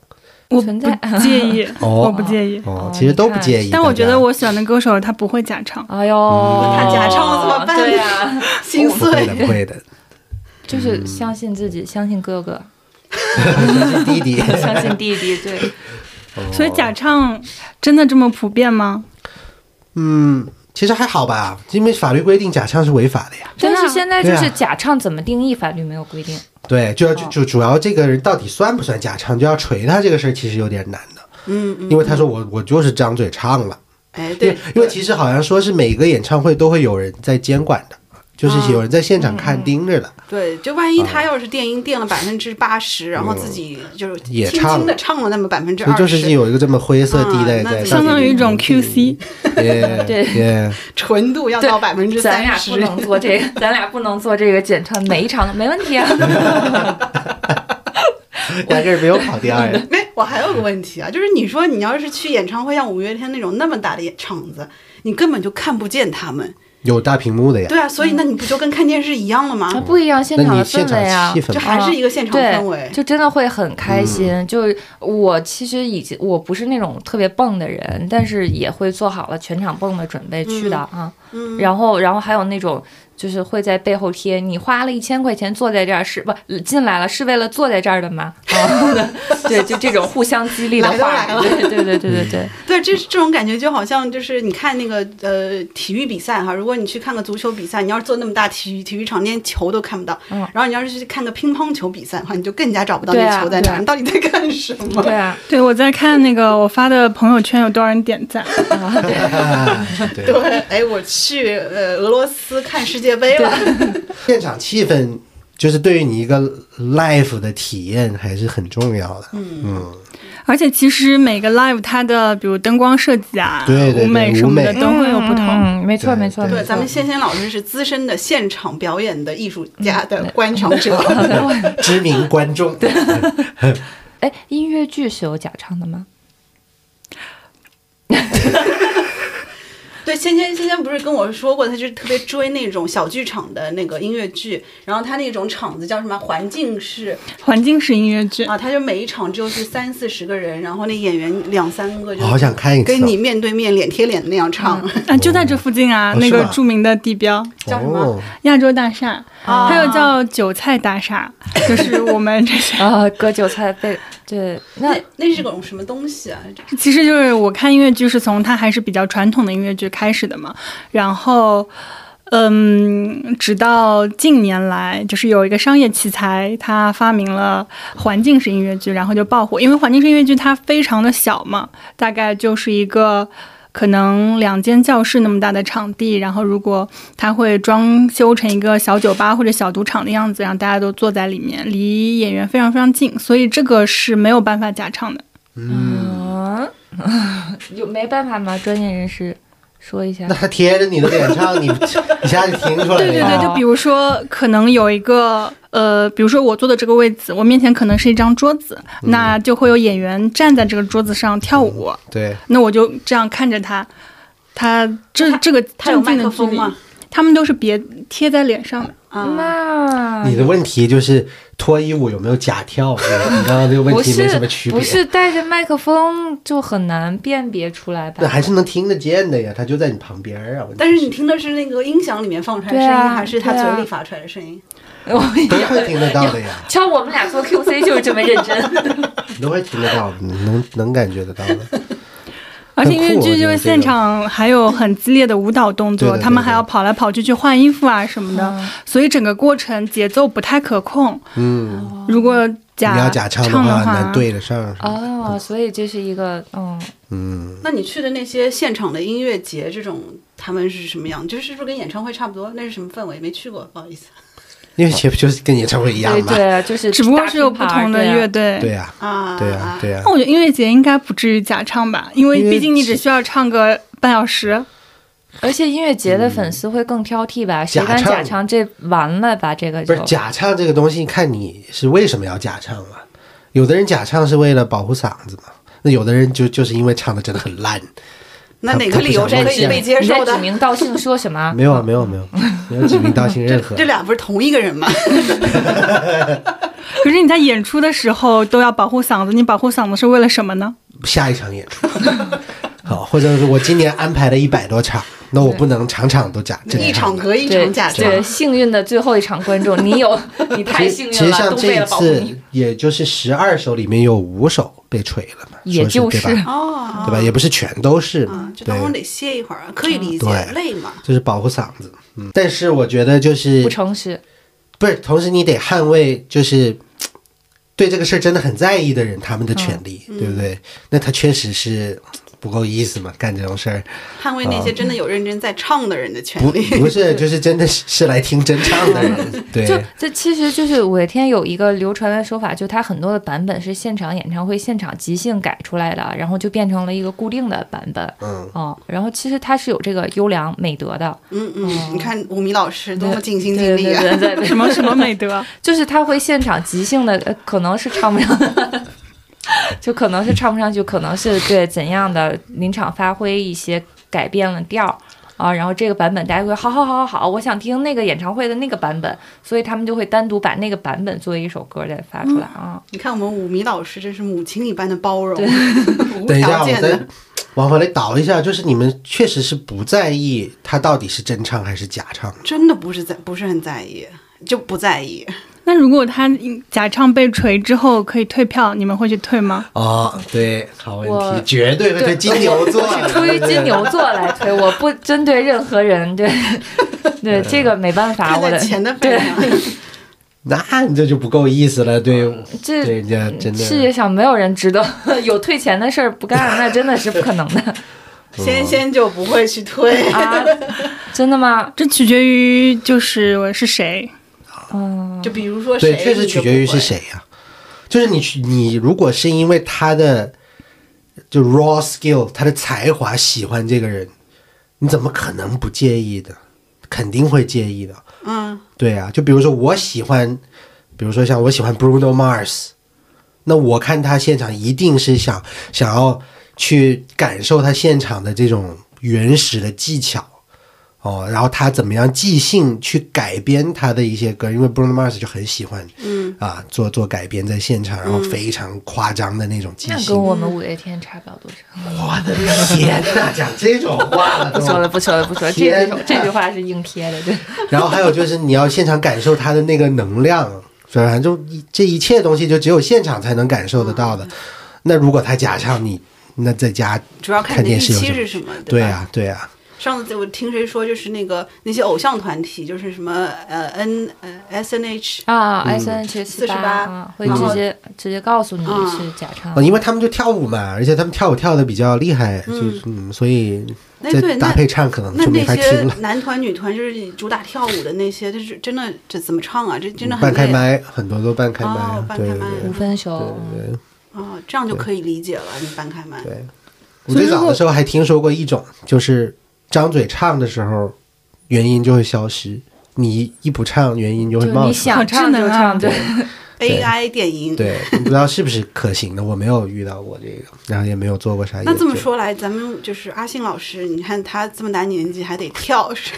Speaker 5: 我
Speaker 2: 哦存
Speaker 5: 不
Speaker 2: 在
Speaker 5: 介 意，
Speaker 4: 哦
Speaker 5: 我不介意。
Speaker 4: 哦
Speaker 2: 哦，
Speaker 4: 其实都不介意。
Speaker 5: 但我觉
Speaker 4: 大
Speaker 5: 得
Speaker 4: 家
Speaker 5: 我喜欢的歌手他不会假
Speaker 4: 哦
Speaker 5: 唱，
Speaker 2: 哎呦，
Speaker 6: 他
Speaker 2: 他
Speaker 6: 假唱了怎么办？
Speaker 2: 哦对啊呀、
Speaker 6: 心
Speaker 4: 不会的，
Speaker 6: 碎。
Speaker 4: 不会的，
Speaker 2: 就是相信自己，相信哥 哥，
Speaker 4: 弟弟。
Speaker 2: 相信弟弟，对，
Speaker 5: 所以假唱真的这么普遍吗？
Speaker 4: 嗯，其实还好吧，因为法律规定假唱是违法的呀。
Speaker 5: 真
Speaker 2: 但
Speaker 5: 的啊
Speaker 2: 是现在就
Speaker 4: 对
Speaker 2: 是
Speaker 4: 啊
Speaker 2: 假唱怎么定义，法律没有规定。
Speaker 4: 对，就要就就主要这个人到底算不算假唱，就要锤他这个事儿，其实有点难的。
Speaker 6: 嗯嗯，
Speaker 4: 因为他说我我就是张嘴唱了，
Speaker 6: 哎，
Speaker 4: 因
Speaker 6: 对
Speaker 4: 为，因为其实好像说是每个演唱会都会有人在监管的，就是有人在现场看盯着的。
Speaker 6: 对，就万一他要是电音电了
Speaker 4: 嗯
Speaker 6: 百分之八十，然后自己就是
Speaker 4: 也
Speaker 6: 轻
Speaker 4: 唱
Speaker 6: 轻
Speaker 4: 了
Speaker 6: 的唱了那么百分之
Speaker 4: 所以
Speaker 6: 二
Speaker 4: 就是
Speaker 6: 十，
Speaker 4: 有一个这么灰色地带
Speaker 6: 啊
Speaker 4: 在，
Speaker 6: 那
Speaker 5: 相当于一种 QC，
Speaker 4: 耶
Speaker 2: 对
Speaker 4: 耶，
Speaker 6: 纯度要
Speaker 2: 对
Speaker 6: 到百分之
Speaker 2: 咱
Speaker 6: 三
Speaker 2: 俩
Speaker 6: 十
Speaker 2: 不。 能做这个，咱俩不能做这个检查，每一场没问题啊。
Speaker 4: 压根儿没有跑第二呀。
Speaker 6: 没，哎我还有个问题啊，就是你说你要是去演唱会，像五月天那种那么大的演场子，你根本就看不见他们。
Speaker 4: 有大屏幕的呀，
Speaker 6: 对啊，所以那你不就跟看电视一样了
Speaker 4: 嗯
Speaker 6: 吗？
Speaker 2: 不一样，现
Speaker 4: 那
Speaker 2: 场
Speaker 4: 你
Speaker 2: 的
Speaker 4: 现
Speaker 2: 氛
Speaker 4: 场
Speaker 2: 围啊
Speaker 4: 气，氛
Speaker 6: 就
Speaker 4: 嘛
Speaker 6: 还是一个现场氛围
Speaker 2: 对，。就真的会很开心。就是我其实已经我不是那种特别蹦的
Speaker 6: 嗯
Speaker 2: 嗯人，但是也会做好了全场蹦的准备去的啊。然后，然后还有那种就是会在背后贴你花了一千块钱坐在这儿是不进来了是为了坐在这儿的 吗？啊，对，就这种互相激励的
Speaker 6: 来都
Speaker 2: 话
Speaker 6: 来，了
Speaker 2: 对对对对对对，
Speaker 6: 对，这这种感觉就好像就是你看那个呃体育比赛哈，如果你去看个足球比赛，你要是坐那么大体育体育场，连球都看不到。
Speaker 2: 嗯
Speaker 6: 然后你要是去看个乒乓球比赛的话，你就更加找不到
Speaker 2: 对啊
Speaker 6: 那球在哪
Speaker 2: 对啊
Speaker 6: 儿，你到底在干什 么？
Speaker 2: 对啊，
Speaker 5: 对，我在看那个我发的朋友圈有多少人点赞，
Speaker 4: 啊， 对，
Speaker 6: 对，哎，我去呃俄罗斯看世界杯了，
Speaker 4: 现场气氛就是对于你一个 life 的体验还是很重要的。嗯，
Speaker 5: 而且其实每个 live 它的比如灯光设计啊、
Speaker 4: 对对对
Speaker 5: 舞美什么的
Speaker 4: 舞美
Speaker 5: 都会有不同。
Speaker 2: 嗯，没错没错
Speaker 4: 对
Speaker 2: 没
Speaker 6: 对，
Speaker 2: 错，
Speaker 6: 咱们仙仙老师是资深的现场表演的艺术家
Speaker 2: 嗯
Speaker 6: 的观赏者，
Speaker 4: 知名观众，哦
Speaker 2: 哎，音乐剧是有假唱的吗？
Speaker 6: 对，仙仙仙仙不是跟我说过，她就是特别追那种小剧场的那个音乐剧，然后她那种场子叫什么环境式
Speaker 5: 环境式音乐剧，
Speaker 6: 啊，她就每一场就是三四十个人，然后那演员两三个就
Speaker 4: 我好想看一次哦。
Speaker 6: 跟你面对面脸贴脸那样唱，
Speaker 5: 啊，就在这附近啊，
Speaker 4: 哦
Speaker 5: 那
Speaker 4: 是
Speaker 5: 个
Speaker 4: 吧
Speaker 5: 著名的地标
Speaker 6: 叫什么
Speaker 4: 哦
Speaker 5: 亚洲大厦，
Speaker 6: 啊
Speaker 5: 还有叫韭菜大厦，就是我们这些。
Speaker 2: 啊，割韭菜被对，那
Speaker 6: 那那是种什么东西啊？
Speaker 5: 其实就是我看音乐剧是从它还是比较传统的音乐剧开始的嘛，然后。嗯，直到近年来，就是有一个商业奇才，他发明了环境式音乐剧，然后就爆火。因为环境式音乐剧它非常的小嘛，大概就是一个可能两间教室那么大的场地，然后如果它会装修成一个小酒吧或者小赌场的样子，让大家都坐在里面，离演员非常非常近，所以这个是没有办法假唱的。
Speaker 2: 嗯，有没办法吗？专业人士说一下
Speaker 4: 那。他贴着你的脸上，你一下就听出来了
Speaker 5: 对对
Speaker 4: 呀。
Speaker 5: 对，就比如说，可能有一个呃，比如说我坐的这个位置，我面前可能是一张桌子，那就会有演员站在这个桌子上跳舞，
Speaker 4: 对
Speaker 5: 那我就这样看着他，他这这个
Speaker 6: 他有
Speaker 5: 正
Speaker 6: 麦
Speaker 5: 近的
Speaker 6: 克
Speaker 5: 距
Speaker 6: 风
Speaker 5: 离
Speaker 6: 吗，？
Speaker 5: 他们都是别贴在脸上的。
Speaker 6: 啊，
Speaker 2: 那
Speaker 4: 你的问题就是脱衣舞有没有假跳？你知道这个问
Speaker 2: 不
Speaker 4: 题
Speaker 2: 是
Speaker 4: 没什么区别
Speaker 2: 不。是带着麦克风就很难辨别出来
Speaker 4: 那
Speaker 2: 吧？
Speaker 4: 还是能听得见的呀，他就在你旁边儿啊。
Speaker 6: 但是你听的是那个音响里面放出来的
Speaker 2: 对
Speaker 6: 声音，
Speaker 2: 啊
Speaker 6: 还是他
Speaker 2: 对啊
Speaker 6: 嘴里发出来的声音？
Speaker 2: 我
Speaker 4: 你都会听得到的呀，
Speaker 2: 瞧，我们俩做 QC 就是这么认真。
Speaker 4: 你都会听得到的，你能能感觉得到的。
Speaker 5: 而且音乐
Speaker 4: 很酷我
Speaker 5: 剧
Speaker 4: 觉
Speaker 5: 就是
Speaker 4: 得这
Speaker 5: 现
Speaker 4: 个
Speaker 5: 场还有很激烈的舞蹈动作，
Speaker 4: 对对对
Speaker 5: 他们
Speaker 4: 对
Speaker 5: 还要跑来跑去去换衣服啊什么的，所以整个过程节奏不太可控。
Speaker 4: 嗯，
Speaker 5: 如果假
Speaker 4: 你要假唱
Speaker 5: 唱
Speaker 4: 的话，
Speaker 5: 话，
Speaker 4: 很难对得上。
Speaker 2: 哦，所以这是一个嗯，
Speaker 4: 嗯，
Speaker 6: 那你去的那些现场的音乐节，这种他们是什么样？就是是不是跟演唱会差不多？那是什么氛围？没去过，不好意思
Speaker 4: 因为其实就是跟演唱会一样
Speaker 2: 对
Speaker 4: 嘛。
Speaker 2: 对，就是
Speaker 5: 只不过是有
Speaker 2: 打
Speaker 5: 不
Speaker 2: 拼盘儿
Speaker 5: 同的乐。
Speaker 2: 对啊
Speaker 5: 队。
Speaker 4: 对呀，
Speaker 6: 啊。
Speaker 4: 对呀，对呀
Speaker 5: 那。我觉得音乐节应该不至于假唱吧，因为
Speaker 4: 因为
Speaker 5: 毕竟你只需要唱个半小时。
Speaker 2: 而且音乐节的粉丝会更挑剔吧？谁
Speaker 4: 假
Speaker 2: 敢假
Speaker 4: 唱
Speaker 2: 唱这完了吧？这个
Speaker 4: 嗯
Speaker 2: 就
Speaker 4: 不
Speaker 2: 是
Speaker 4: 假唱这个东西，看你是为什么要假唱了。有的人假唱是为了保护嗓子嘛，那有的人就就是因为唱的真的很烂。
Speaker 6: 那哪个理由是
Speaker 4: 他不
Speaker 6: 可
Speaker 4: 想
Speaker 6: 以被
Speaker 4: 被
Speaker 6: 接
Speaker 2: 你在
Speaker 6: 受
Speaker 2: 指
Speaker 6: 的？
Speaker 2: 名道姓说什么？
Speaker 4: 没有啊，没有没有没有指名道姓任何
Speaker 6: 这。俩不是同一个人吗？
Speaker 5: 可是你在演出的时候都要保护嗓子，你保护嗓子是为了什么呢？
Speaker 4: 下一场演出， 好，或者是我今年安排了一百多场，那我不能场场都假正
Speaker 6: 一场
Speaker 4: 常的。
Speaker 6: 隔一
Speaker 2: 对
Speaker 6: 场假唱，
Speaker 2: 对，幸运的最后一场观 众，你有，你太
Speaker 4: 其
Speaker 2: 幸运
Speaker 4: 实其实
Speaker 2: 了，
Speaker 4: 像
Speaker 2: 都
Speaker 4: 这
Speaker 2: 为
Speaker 4: 一
Speaker 2: 了保护你
Speaker 4: 次。，也就是十二首里面有五首被锤了嘛，
Speaker 2: 啊也就
Speaker 4: 说
Speaker 2: 是啊
Speaker 4: 对吧？
Speaker 6: 哦，
Speaker 4: 对吧？也不是全都是嘛
Speaker 6: 啊，，就
Speaker 4: 对
Speaker 6: 当，中得歇一会儿，啊可以理解
Speaker 4: 对，
Speaker 6: 累嘛。
Speaker 4: 就是保护嗓子。嗯，但是我觉得就是
Speaker 2: 不诚实，
Speaker 4: 不是，同时你得捍卫，就是嘖对这个事儿真的很在意的人他们的权利，
Speaker 2: 嗯
Speaker 4: 对不对？那他确实是嘖不够意思嘛，干这种事儿
Speaker 6: 捍卫那些真的有认真在唱的人的权
Speaker 4: 嗯不
Speaker 6: 利。
Speaker 4: 不是，就是真的是是来听真唱 的人，
Speaker 2: 就
Speaker 4: 对。
Speaker 2: 这其实就是五月天有一个流传的说法，就他很多的版本是现场演唱会现场即兴改出来的，然后就变成了一个固定的版本。
Speaker 4: 嗯，
Speaker 2: 嗯，然后其实他是有这个优良美德的，
Speaker 6: 嗯嗯，你看吴米老师多么尽心
Speaker 2: 对对
Speaker 6: 尽力啊！
Speaker 2: 对对对，
Speaker 5: 什么什么美德？啊
Speaker 2: 就是他会现场即兴的，呃可能是唱不上， 就可能是唱不上去，可能是对怎样的临场发挥一些改变了调儿啊，然后这个版本大家会好好好好好，我想听那个演唱会的那个版本，所以他们就会单独把那个版本作为一首歌再发出来啊。
Speaker 6: 你看我们武迷老师真是母亲一般的包容，无
Speaker 4: 等一下，
Speaker 6: 条
Speaker 4: 我
Speaker 6: 件
Speaker 4: 再
Speaker 6: 的。
Speaker 4: 往回来倒一下，就是你们确实是不在意他到底是真唱还是假唱。
Speaker 6: 真的不是在不是很在意，就不在意。
Speaker 5: 那如果他假唱被锤之后可以退票，你们会去退吗？
Speaker 4: 哦，对，好问
Speaker 2: 我
Speaker 4: 题，绝对会
Speaker 2: 对
Speaker 4: 对金牛座，
Speaker 2: 啊出于金牛座来推，我不针对任何人，对 对，这个没办法，
Speaker 6: 看
Speaker 2: 我
Speaker 6: 在
Speaker 2: 的
Speaker 6: 钱的份
Speaker 2: 对
Speaker 6: 上，
Speaker 4: 那你这就不够意思了，对，
Speaker 6: 嗯
Speaker 2: 这
Speaker 4: 对人家真
Speaker 2: 世界
Speaker 4: 的，
Speaker 2: 上没有人值得 有退钱的事儿不干，那真的是不可能的
Speaker 4: 嗯
Speaker 6: 先先就不会去推。
Speaker 2: 啊！真的吗？
Speaker 5: 这取决于就是我是谁。
Speaker 2: 嗯，
Speaker 6: 就比如说谁，
Speaker 4: 对，确实取决于是。谁呀、就是你去，你如果是因为他的就 raw skill，他的才华喜欢这个人，你怎么可能不介意的？肯定会介意的。
Speaker 6: 嗯，
Speaker 4: 对啊，就比如说我喜欢，比如说像我喜欢 Bruno Mars，那我看他现场一定是想想要去感受他现场的这种原始的技巧哦，然后他怎么样即兴去改编他的一些歌，因为 Bruno Mars 就很喜欢，嗯啊，做做改编在现场，然后非常夸张的那种即
Speaker 2: 那
Speaker 4: 兴。
Speaker 2: 跟我们五月天差不了多少。
Speaker 4: 我的天呐，讲这种话 了
Speaker 2: 不说了，
Speaker 4: 都。
Speaker 2: 不说了，不说了，这
Speaker 4: 天
Speaker 2: 句
Speaker 4: 哪
Speaker 2: 这句话是硬贴的，对。
Speaker 4: 然后还有就是你要现场感受他的那个能量，反正一这一切东西就只有现场才能感受得到
Speaker 6: 嗯
Speaker 4: 的。那如果他假唱你，那在家
Speaker 6: 主要看
Speaker 4: 看
Speaker 6: 你的预
Speaker 4: 电视有
Speaker 6: 期
Speaker 4: 什
Speaker 6: 是
Speaker 4: 么
Speaker 6: 什么，
Speaker 4: 对
Speaker 6: 吧？
Speaker 4: 啊对啊，
Speaker 6: 上次我听谁说，就是那个那些偶像团体，就是什么呃 N 呃 S N H，
Speaker 2: 啊，S N H 四
Speaker 6: 48
Speaker 2: 八会直接直接告诉你是假唱
Speaker 4: 哦，。因为他们就跳舞嘛，而且他们跳舞跳的比较厉害，就是嗯，所以
Speaker 6: 那
Speaker 4: 再
Speaker 6: 对那
Speaker 4: 搭配唱可能
Speaker 6: 那
Speaker 4: 就没
Speaker 6: 那
Speaker 4: 法
Speaker 6: 些
Speaker 4: 听了。
Speaker 6: 男团女团就是主打跳舞的那些，就是真的这怎么唱啊？这真的
Speaker 4: 嗯
Speaker 6: 很
Speaker 4: 半开
Speaker 6: 累啊
Speaker 4: 麦，很多都半开麦啊，
Speaker 6: 哦半
Speaker 4: 对
Speaker 6: 开
Speaker 4: 对
Speaker 6: 麦
Speaker 4: 对
Speaker 2: 五分熟，
Speaker 4: 对。
Speaker 6: 哦，这样就可以理解了。你搬开门，
Speaker 4: 对我最早的时候还听说过一种，就是张嘴唱的时候，原音就会消失，你一不唱，原音就会
Speaker 2: 就
Speaker 4: 冒
Speaker 2: 你
Speaker 4: 出来。
Speaker 2: 想唱就唱，对，
Speaker 4: 对
Speaker 6: AI 电 音。
Speaker 4: 对，不知道是不是可行的，我没有遇到过这个，然后也没有做过啥研究。
Speaker 6: 那这么，说来，咱们就是阿信老师，你看他这么大年纪还得跳，是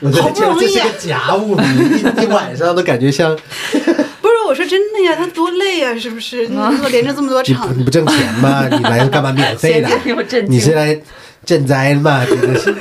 Speaker 4: 我觉
Speaker 6: 好
Speaker 4: 得
Speaker 6: 不容
Speaker 4: 这
Speaker 6: 易
Speaker 4: 这
Speaker 2: 啊
Speaker 4: 是个 假舞迷，一一晚上都感 觉像
Speaker 6: 不是？我说真的呀，他多累呀，是 不是？你怎么连着这么多
Speaker 4: 你
Speaker 6: 场
Speaker 4: 不，你不挣钱吗？你来干嘛免费的？
Speaker 2: 有震
Speaker 4: 你是
Speaker 2: 惊。
Speaker 4: 来赈灾吗？真的是，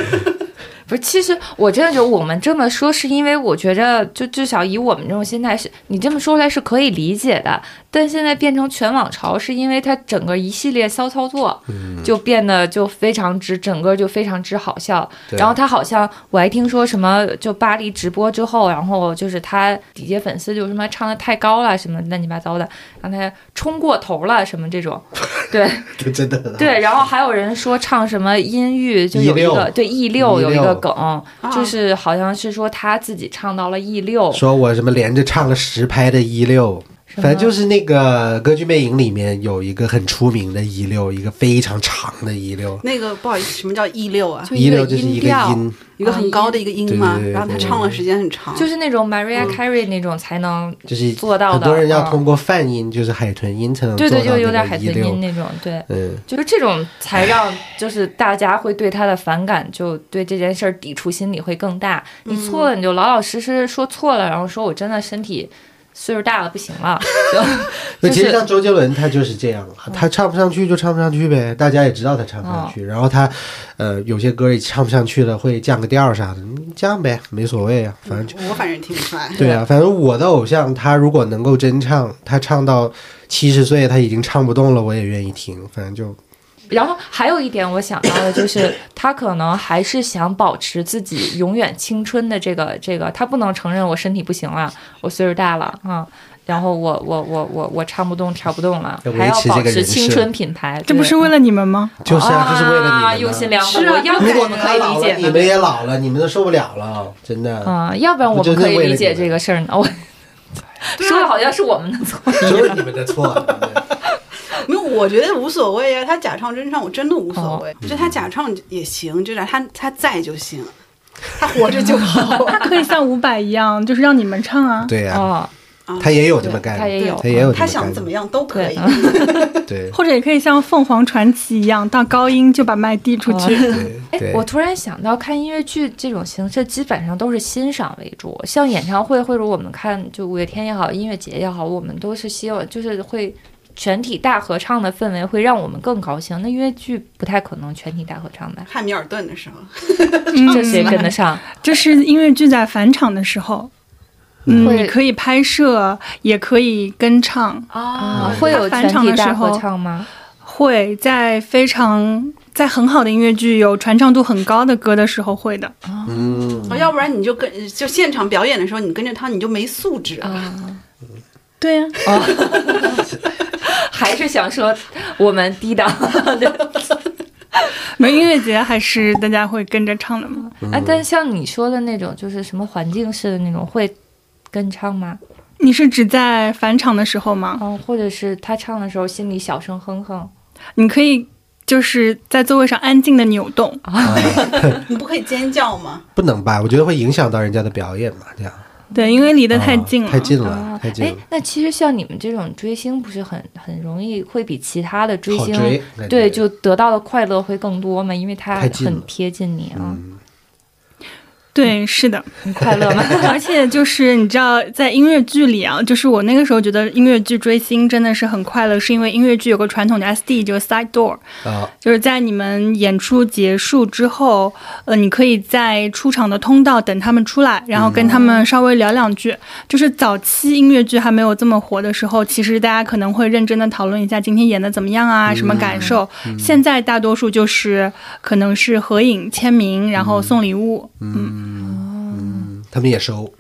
Speaker 2: 不是，其实我真的觉得我们这么说，是因为我觉着，就至少以我们这种心态是，你这么说出来是可以理解的。但现在变成全网潮，是因为它整个一系列骚操作，就变得就非常之，整个就非常之好笑。
Speaker 4: 对
Speaker 2: 然后他好像我还听说什么，就巴黎直播之后，然后就是他底下粉丝就什么唱的太高了，什么乱七八糟的，让他冲过头了，什么这种，对
Speaker 4: 就真的很好
Speaker 2: 对。然后还有人说唱什么音域，就有一个
Speaker 4: E6
Speaker 2: 对 E 六有一个梗，
Speaker 6: 啊
Speaker 2: 就是好像是说他自己唱到了 E 六，
Speaker 4: 说我什么连着唱了十拍的一六，
Speaker 2: 什么
Speaker 4: 反正就是那个《歌剧魅影》里面有一个很出名的一六，一个非常长的一六，
Speaker 6: 那个不好意思，什么叫 E 六啊？
Speaker 2: 就
Speaker 4: 一
Speaker 2: 一
Speaker 4: 六
Speaker 2: 个
Speaker 4: 就是一
Speaker 2: 音
Speaker 4: 个
Speaker 2: 调。
Speaker 4: 音，
Speaker 6: 一个很高的一个音
Speaker 4: 对
Speaker 6: 吗
Speaker 4: 对对？对
Speaker 6: 然后他唱了时间很长，
Speaker 2: 就是那种 Maria Carey 那种才能
Speaker 4: 嗯就是
Speaker 2: 做到的，
Speaker 4: 很多人要
Speaker 2: 嗯
Speaker 4: 通过泛音，就是海豚音才能
Speaker 2: 对
Speaker 4: 做到
Speaker 2: 对，就有点
Speaker 4: 那个
Speaker 2: 海
Speaker 4: 一
Speaker 2: 豚
Speaker 4: 六
Speaker 2: 音。那种，对，
Speaker 4: 嗯，
Speaker 2: 就是这种才让就是大家会对他的反感，就对这件事儿抵触心理会更大。
Speaker 4: 嗯
Speaker 2: 你错了，你就老老实实说错了，然后说我真的身体岁数大了不行了，
Speaker 4: 那
Speaker 2: 就
Speaker 4: 其实
Speaker 2: 是嗯
Speaker 4: 像周杰伦他就是这样了，他唱不上去就唱不上去呗，大家也知道他唱不上
Speaker 2: 哦
Speaker 4: 去，然后他呃有些歌也唱不上去了，会降个调儿啥的，嗯降呗，没所谓啊，反正就。
Speaker 2: 嗯
Speaker 6: 我反正听不出来。
Speaker 4: 对啊，反正我的偶像他如果能够真唱，他唱到七十岁他已经唱不动了，我也愿意听。反正就
Speaker 2: 哦然后还有一点我想到的就是， 他可能还是想保持自己永远青春的这个这个，他不能承认我身体不行了，我岁数大了啊。然后我我我我我唱不动跳不动了
Speaker 4: 要，维
Speaker 2: 还要
Speaker 4: 持
Speaker 2: 保
Speaker 4: 这个
Speaker 2: 持
Speaker 4: 人
Speaker 2: 青
Speaker 4: 设
Speaker 2: 春品牌，
Speaker 5: 这不
Speaker 2: 对
Speaker 5: 是为了你们吗？
Speaker 4: 就是啊，就是为了你们
Speaker 2: 啊，
Speaker 4: 呢
Speaker 2: 用心良苦，
Speaker 6: 是啊
Speaker 2: 要不
Speaker 4: 如
Speaker 2: 然
Speaker 4: 果
Speaker 2: 我们可以理解
Speaker 4: 你们也老了，你们都受不了了，真的。
Speaker 2: 啊，要不然我们可以理解这个事儿呢。我
Speaker 4: 啊
Speaker 2: 说的好像是我们的错，
Speaker 4: 都是你们的错。
Speaker 6: 没有，我觉得无所谓啊。他假唱真唱，我真的无所谓。就他假唱也行，就是他他在就行，他活着就 好。
Speaker 5: 他可以像伍佰一样，就是让你们唱啊。
Speaker 4: 对呀、
Speaker 2: 啊，
Speaker 4: 他也有这么干，
Speaker 2: 他也有
Speaker 4: 他，也有这么干
Speaker 6: 他想怎么样都可以
Speaker 2: 对。
Speaker 4: 对
Speaker 5: 或者也可以像凤凰传奇一样，到高音就把麦递出去。
Speaker 4: 对
Speaker 2: 哎
Speaker 4: 对，
Speaker 2: 我突然想到，看音乐剧这种形式基本上都是欣赏为主，像演唱会或者我们看就五月天也好，音乐节也好，我们都是希望就是会全体大合唱的氛围会让我们更高兴。那音乐剧不太可能全体大合唱吧？
Speaker 6: 汉密尔顿的时候，
Speaker 2: 这谁跟得上？
Speaker 5: 嗯就是音乐剧在返场的时候，嗯，
Speaker 2: 会
Speaker 5: 你可以拍摄，也可以跟唱，
Speaker 6: 哦
Speaker 2: 啊，会有全
Speaker 5: 返场
Speaker 2: 体
Speaker 5: 的时
Speaker 2: 大合
Speaker 5: 候
Speaker 2: 唱吗？
Speaker 5: 会在非常在很好的音乐剧有传唱度很高的歌的时候会的。
Speaker 4: 嗯，
Speaker 6: 哦要不然你就跟就现场表演的时候，你跟着他你就没素质啊。
Speaker 2: 啊，
Speaker 5: 对呀、
Speaker 2: 还是想说我们低档的。
Speaker 5: 没音乐节还是大家会跟着唱的嘛。
Speaker 2: 哎，但像你说的那种，就是什么环境式的那种，会跟唱吗？
Speaker 5: 你是指在返场的时候吗？
Speaker 2: 嗯，或者是他唱的时候心里小声哼哼。
Speaker 5: 你可以就是在座位上安静的扭动，
Speaker 6: 你不可以尖叫吗？
Speaker 4: 不能吧？我觉得会影响到人家的表演嘛，这样
Speaker 5: 对，因为离得太
Speaker 4: 啊
Speaker 5: 近了。
Speaker 4: 太近
Speaker 2: 啊
Speaker 4: 了，太近
Speaker 2: 哎
Speaker 4: 了，，
Speaker 2: 那其实像你们这种追星，不是很很容易会比其他的追
Speaker 4: 好
Speaker 2: 星
Speaker 4: 追，感
Speaker 2: 对
Speaker 4: 觉
Speaker 2: 就得到的快乐会更多嘛？因为他
Speaker 4: 太近
Speaker 2: 很
Speaker 4: 了
Speaker 2: 贴近你啊，
Speaker 4: 嗯，
Speaker 5: 对，是 的。
Speaker 2: 你快乐吗？
Speaker 5: 而且就是你知道，在音乐剧里啊，就是我那个时候觉得音乐剧追星真的是很快乐，是因为音乐剧有个传统的 SD，就是 side door，
Speaker 4: 啊，
Speaker 5: 就是在你们演出结束之后，呃，你可以在出场的通道等他们出来，然后跟他们稍微聊两句。就是早期音乐剧还没有这么火的时候，其实大家可能会认真的讨论一下今天演的怎么样啊，什么感受。现在大多数就是可能是合影、签名，然后送礼物。嗯
Speaker 4: 他们也收，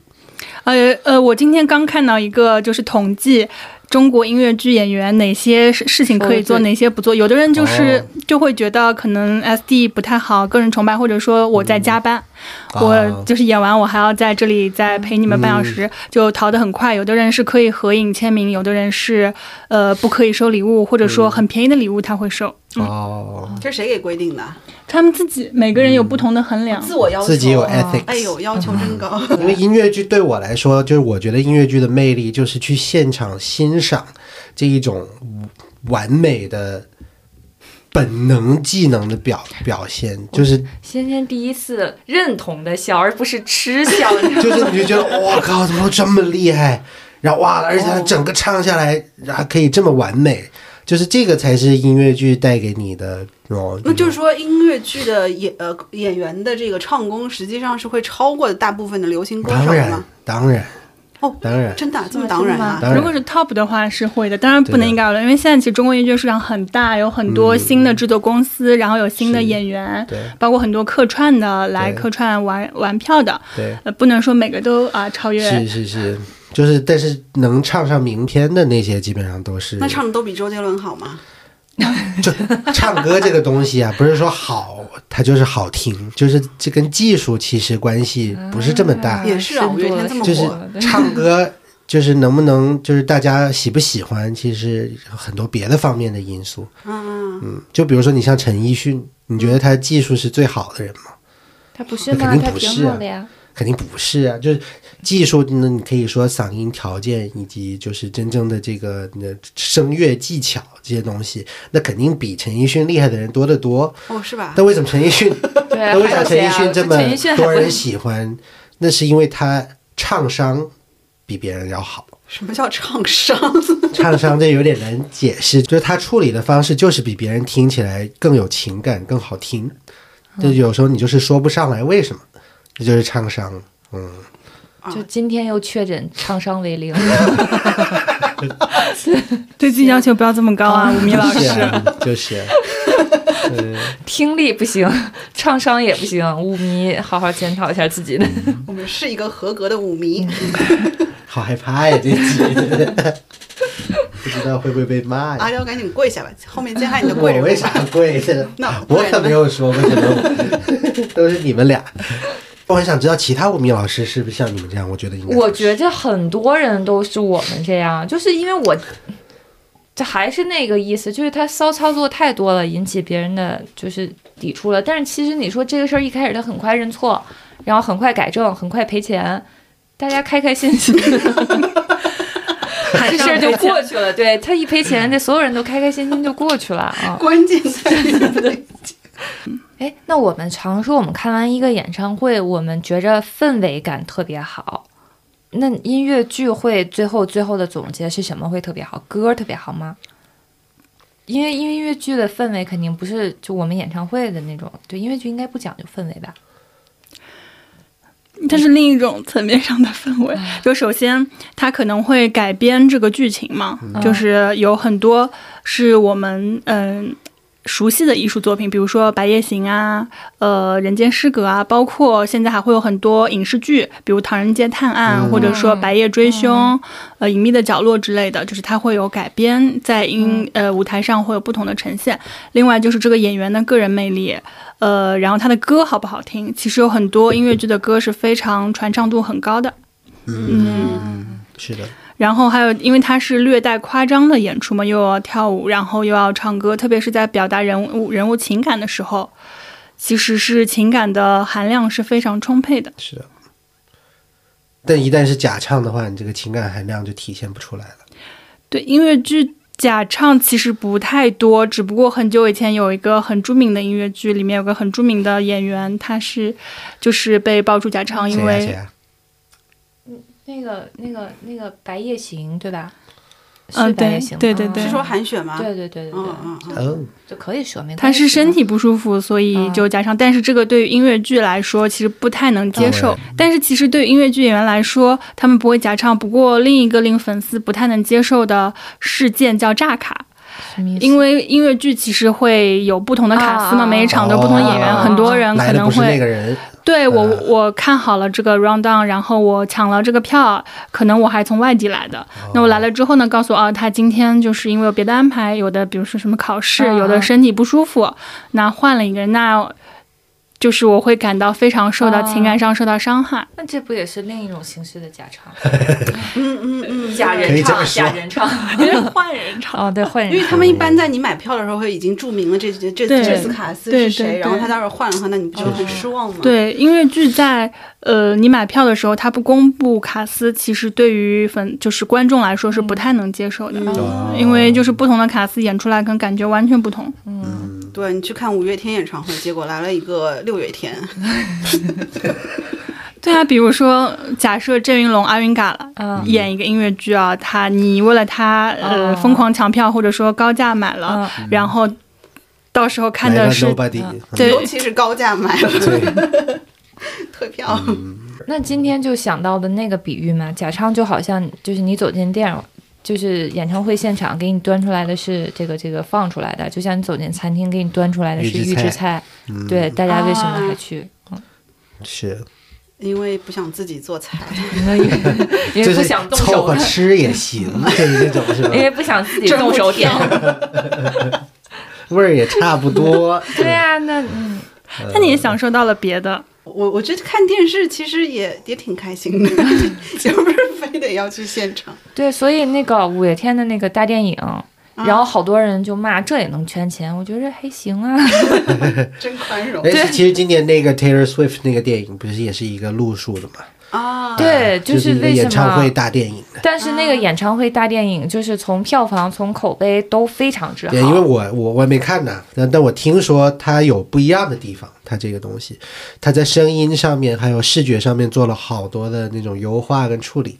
Speaker 5: 呃呃，我今天刚看到一个，就是统计中国音乐剧演员哪些事事情可以做，
Speaker 2: 说得对
Speaker 5: 哪些不做。有的人就是、
Speaker 4: 哦
Speaker 5: 就会觉得可能 SD 不太好，个人崇拜，或者说我在加班，
Speaker 4: 啊嗯
Speaker 5: 我就是演完我还要在这里再陪你们半小时，就逃得很快。有的人是可以合影签名，有的人是呃不可以收礼物，或者
Speaker 4: 嗯
Speaker 5: 说很便宜的礼物他会收。
Speaker 4: 哦，
Speaker 6: 这是谁给规定的？
Speaker 5: 他们自己每个人有不同的衡量。
Speaker 6: 自我要求。
Speaker 4: 自己有 ethics，
Speaker 6: 哎呦，要求真高。
Speaker 4: 因为音乐剧对我来说，就是我觉得音乐剧的魅力就是去现场欣赏这一种完美的本能技能的表表现，就是
Speaker 2: 仙仙第一次认同的笑，而不是嗤笑，你知道吗
Speaker 4: 就是你就觉得哇靠，怎么这么厉害？然后哇，而且他整个唱下来，然后可以这么完美，就是这个才是音乐剧带给你的哦。
Speaker 6: 那就是说，音乐剧的演呃演员的这个唱功，实际上是会超过大部分的流行歌手
Speaker 4: 当然
Speaker 6: 吗？，
Speaker 4: 当然，
Speaker 6: 哦，
Speaker 4: 当然，
Speaker 6: 真的啊这么当然啊？
Speaker 4: 当然
Speaker 5: 如果是 top 的话是会的，当然不能一概而论，因为现在其实中国音乐剧市场很大，有很多新的制作公司，然后有新的
Speaker 4: 嗯是
Speaker 5: 演员，
Speaker 4: 对
Speaker 5: 包括很多客串的来
Speaker 4: 对
Speaker 5: 客串玩玩票的，
Speaker 4: 对。
Speaker 5: 呃，不能说每个都啊、超越
Speaker 4: 是。是是，就是但是能唱上名片的那些，基本上都是
Speaker 6: 那唱的都比周杰伦好吗？
Speaker 4: 就 唱歌这个东西啊，不是说好，它就是好听，就是这跟技术其实关系不是这么大，
Speaker 6: 也是啊
Speaker 2: 深度
Speaker 6: 五月天这么
Speaker 4: 就是
Speaker 6: 火
Speaker 4: 唱歌。就是能不能，就是大家喜不喜欢，其实很多别的方面的因素。
Speaker 6: 嗯，
Speaker 4: 嗯，就比如说你像陈奕迅，你觉得他技术是最好的人吗？
Speaker 2: 他不是吗？
Speaker 4: 肯定
Speaker 2: 他
Speaker 4: 不
Speaker 2: 挺
Speaker 4: 是啊
Speaker 2: 好的 呀。
Speaker 4: 肯定不是啊。就是技术，那你可以说嗓音条件以及就是真正的这个你的声乐技巧这些东西，那肯定比陈奕迅厉害的人多得多。
Speaker 6: 哦，是吧？
Speaker 4: 但为什么陈奕迅
Speaker 2: 啊 对啊，
Speaker 4: 那为
Speaker 2: 还有
Speaker 4: 啥陈
Speaker 2: 谁
Speaker 4: 奕
Speaker 2: 啊？
Speaker 4: 迅这
Speaker 2: 就
Speaker 4: 么
Speaker 2: 陈奕迅还
Speaker 4: 多
Speaker 2: 不
Speaker 4: 人喜欢？那是因为他唱商比别人要好。
Speaker 6: 什么叫唱商？
Speaker 4: 唱商这有点难解释，就是他处理的方式就是比别人听起来更有情感、更好听。就有时候你就是说不上来为什么，这就是唱商。嗯，
Speaker 2: 就今天又确诊唱伤为零，
Speaker 5: 对自己要求不要这么高啊，吴敏老
Speaker 4: 是
Speaker 5: 师。
Speaker 4: 啊，就是啊。嗯，
Speaker 2: 听力不行， 唱伤也不行，舞迷好好检讨一下自己的。
Speaker 6: 我们是一个合格的舞迷。
Speaker 4: 嗯好害怕呀，这集不知道会不会被骂
Speaker 6: 阿
Speaker 4: 呀？
Speaker 6: 廖，赶紧跪下吧，后面接下来你的
Speaker 4: 我
Speaker 6: 跪着吧。
Speaker 4: 为啥跪着？
Speaker 6: 那
Speaker 4: 我
Speaker 6: 跪
Speaker 4: 可
Speaker 6: 着
Speaker 4: 没
Speaker 6: 吧
Speaker 4: 有说过什么，都是你们俩。我很想知道其他五名老师是不是像你们这样？我觉得应该
Speaker 2: 我觉着很多人都是我们这样，就是因为我，这还是那个意思，就是他骚操作太多了，引起别人的就是抵触了。但是其实你说这个事儿一开始他很快认错，然后很快改正，很快赔钱，大家开开心心的。这事儿就过去了，对他一赔 钱，这所有人都开开心心就过去了啊。
Speaker 6: 关键在于
Speaker 2: 哎，那我们常说，我们看完一个演唱会，我们觉着氛围感特别好。那音乐剧会最后最后的总结是什么会特别好？歌特别好吗？因为因为音乐剧的氛围肯定不是就我们演唱会的那种，对，音乐剧应该不讲究氛围吧？
Speaker 5: 它是另一种层面上的氛围。就首先，它可能会改编这个剧情嘛，就是有很多是我们嗯、熟悉的艺术作品，比如说《白夜行》啊，呃，《人间失格》啊，包括现在还会有很多影视剧，比如《唐人街探案》或者说《白夜追凶》呃，《隐秘的角落》之类的，就是它会有改编在音、呃舞台上会有不同的呈现。另外就是这个演员的个人魅力，呃，然后他的歌好不好听？其实有很多音乐剧的歌是非常传唱度很高的。
Speaker 4: 是的，
Speaker 5: 然后还有，因为它是略带夸张的演出嘛，又要跳舞，然后又要唱歌，特别是在表达人物人物情感的时候，其实是情感的含量是非常充沛的。
Speaker 4: 是的。但一旦是假唱的话，你这个情感含量就体现不出来了。
Speaker 5: 对，音乐剧假唱其实不太多，只不过很久以前有一个很著名的音乐剧，里面有个很著名的演员，他是就是被爆出假唱，
Speaker 4: 谁
Speaker 5: 因
Speaker 4: 呀谁
Speaker 5: 为
Speaker 4: 呀？
Speaker 2: 那个那个那个《白夜行》对吧？
Speaker 5: 嗯
Speaker 2: 是白夜行吗，
Speaker 5: 对对对
Speaker 6: 是说韩雪吗？
Speaker 2: 对对对对对，
Speaker 6: 嗯嗯嗯，
Speaker 4: 哦，
Speaker 2: 就可以说明
Speaker 5: 他是身体不舒服，所
Speaker 2: 嗯
Speaker 5: 以就加上。但是这个对于音乐剧来说，其实不太能接受
Speaker 4: 哦。
Speaker 5: 但是其实对于音乐剧演员来说，他们不会假唱。不过另一个令粉丝不太能接受的事件叫炸卡，因为音乐剧其实会有不同的卡司
Speaker 2: 嗯
Speaker 5: 嘛，
Speaker 2: 啊
Speaker 5: 每一场都有不同演员，
Speaker 2: 哦
Speaker 5: 很多人
Speaker 4: 来
Speaker 5: 可
Speaker 4: 的
Speaker 5: 能
Speaker 4: 不是那
Speaker 5: 会
Speaker 4: 个人，
Speaker 5: 对我
Speaker 4: 嗯
Speaker 5: 我看好了这个 round down，然后我抢了这个票，可能我还从外地来的。那我来了之后呢，告诉我啊，他今天就是因为有别的安排，有的比如说什么考试，
Speaker 2: 嗯
Speaker 5: 有的身体不舒服，那换了一个人，那就是我会感到非常受到
Speaker 2: 哦
Speaker 5: 情感上受到伤害。
Speaker 2: 那这不也是另一种形式的假唱？
Speaker 6: 嗯嗯嗯，
Speaker 2: 假
Speaker 4: 可
Speaker 2: 人
Speaker 4: 以这么
Speaker 2: 唱，
Speaker 4: 说
Speaker 2: 假人唱。
Speaker 6: 换人唱。
Speaker 2: 哦，对，换
Speaker 6: 因为
Speaker 2: 人
Speaker 6: 他们一般在你买票的时候会已经注明了这这这
Speaker 5: 对
Speaker 6: 这次卡斯
Speaker 5: 对
Speaker 6: 是
Speaker 5: 对
Speaker 6: 谁，
Speaker 5: 对
Speaker 6: 然后他到时候换了的话，那你不就很失望吗？，
Speaker 5: 对，音乐剧在呃你买票的时候，他不公布卡司，其实对于粉就是观众来说是不太能接受的，
Speaker 4: 哦
Speaker 5: 因为就是不同的卡司演出来跟感觉完全不同。
Speaker 2: 嗯
Speaker 4: 嗯
Speaker 6: 对你去看五月天演唱会，结果来了一个六月天，
Speaker 5: 对啊，比如说，假设郑云龙、阿云嘎了、
Speaker 2: 嗯
Speaker 5: 演一个音乐剧啊，他你为了他呃、
Speaker 2: 哦
Speaker 5: 疯狂抢票，或者说高价买了，然后到时候看
Speaker 4: 来
Speaker 5: 的
Speaker 4: 了
Speaker 5: 是
Speaker 4: nobody，嗯
Speaker 2: 呃
Speaker 5: 对
Speaker 6: 尤其是高价买了 退票。
Speaker 4: 嗯
Speaker 2: 那今天就想到的那个比喻嘛，假唱就好像就是你走进店，就是演唱会现场给你端出来的是这个这个放出来的，就像你走进餐厅给你端出来的是
Speaker 4: 预制
Speaker 2: 预
Speaker 4: 菜
Speaker 2: 制菜。对，大家为什么还
Speaker 6: 啊
Speaker 2: 去？
Speaker 4: 嗯 是
Speaker 6: 因为不想自己做菜，
Speaker 2: 因 为因
Speaker 4: 就
Speaker 2: 为不
Speaker 4: 是
Speaker 2: 想动
Speaker 4: 凑
Speaker 2: 手
Speaker 4: 合，吃也行，就是这种是吧
Speaker 2: 因？为不想自己动手点。
Speaker 4: 味儿也差 不多，
Speaker 2: 对啊，那嗯，
Speaker 5: 那你也享受到了别的，
Speaker 6: 我我觉得看电视其实也也挺开心的， 也不是非得要去现场。
Speaker 2: 对，所以那个五月天的那个大电影。
Speaker 6: 啊
Speaker 2: 然后好多人就骂这也能圈钱，我觉得还行 啊。
Speaker 6: 真宽容
Speaker 4: 哎，其实今年那个 Taylor Swift 那个电影不是也是一个路数的嘛？
Speaker 6: 啊！
Speaker 2: 对，
Speaker 4: 就是一个
Speaker 2: 为什么
Speaker 4: 演唱会大电影的。
Speaker 2: 但是那个
Speaker 5: 啊
Speaker 2: 演唱会大电影，就是从票房、从口碑都非常之好。
Speaker 4: 对，因为我我我也没看呢，但但我听说它有不一样的地方，它这个东西，它在声音上面还有视觉上面做了好多的那种优化跟处理，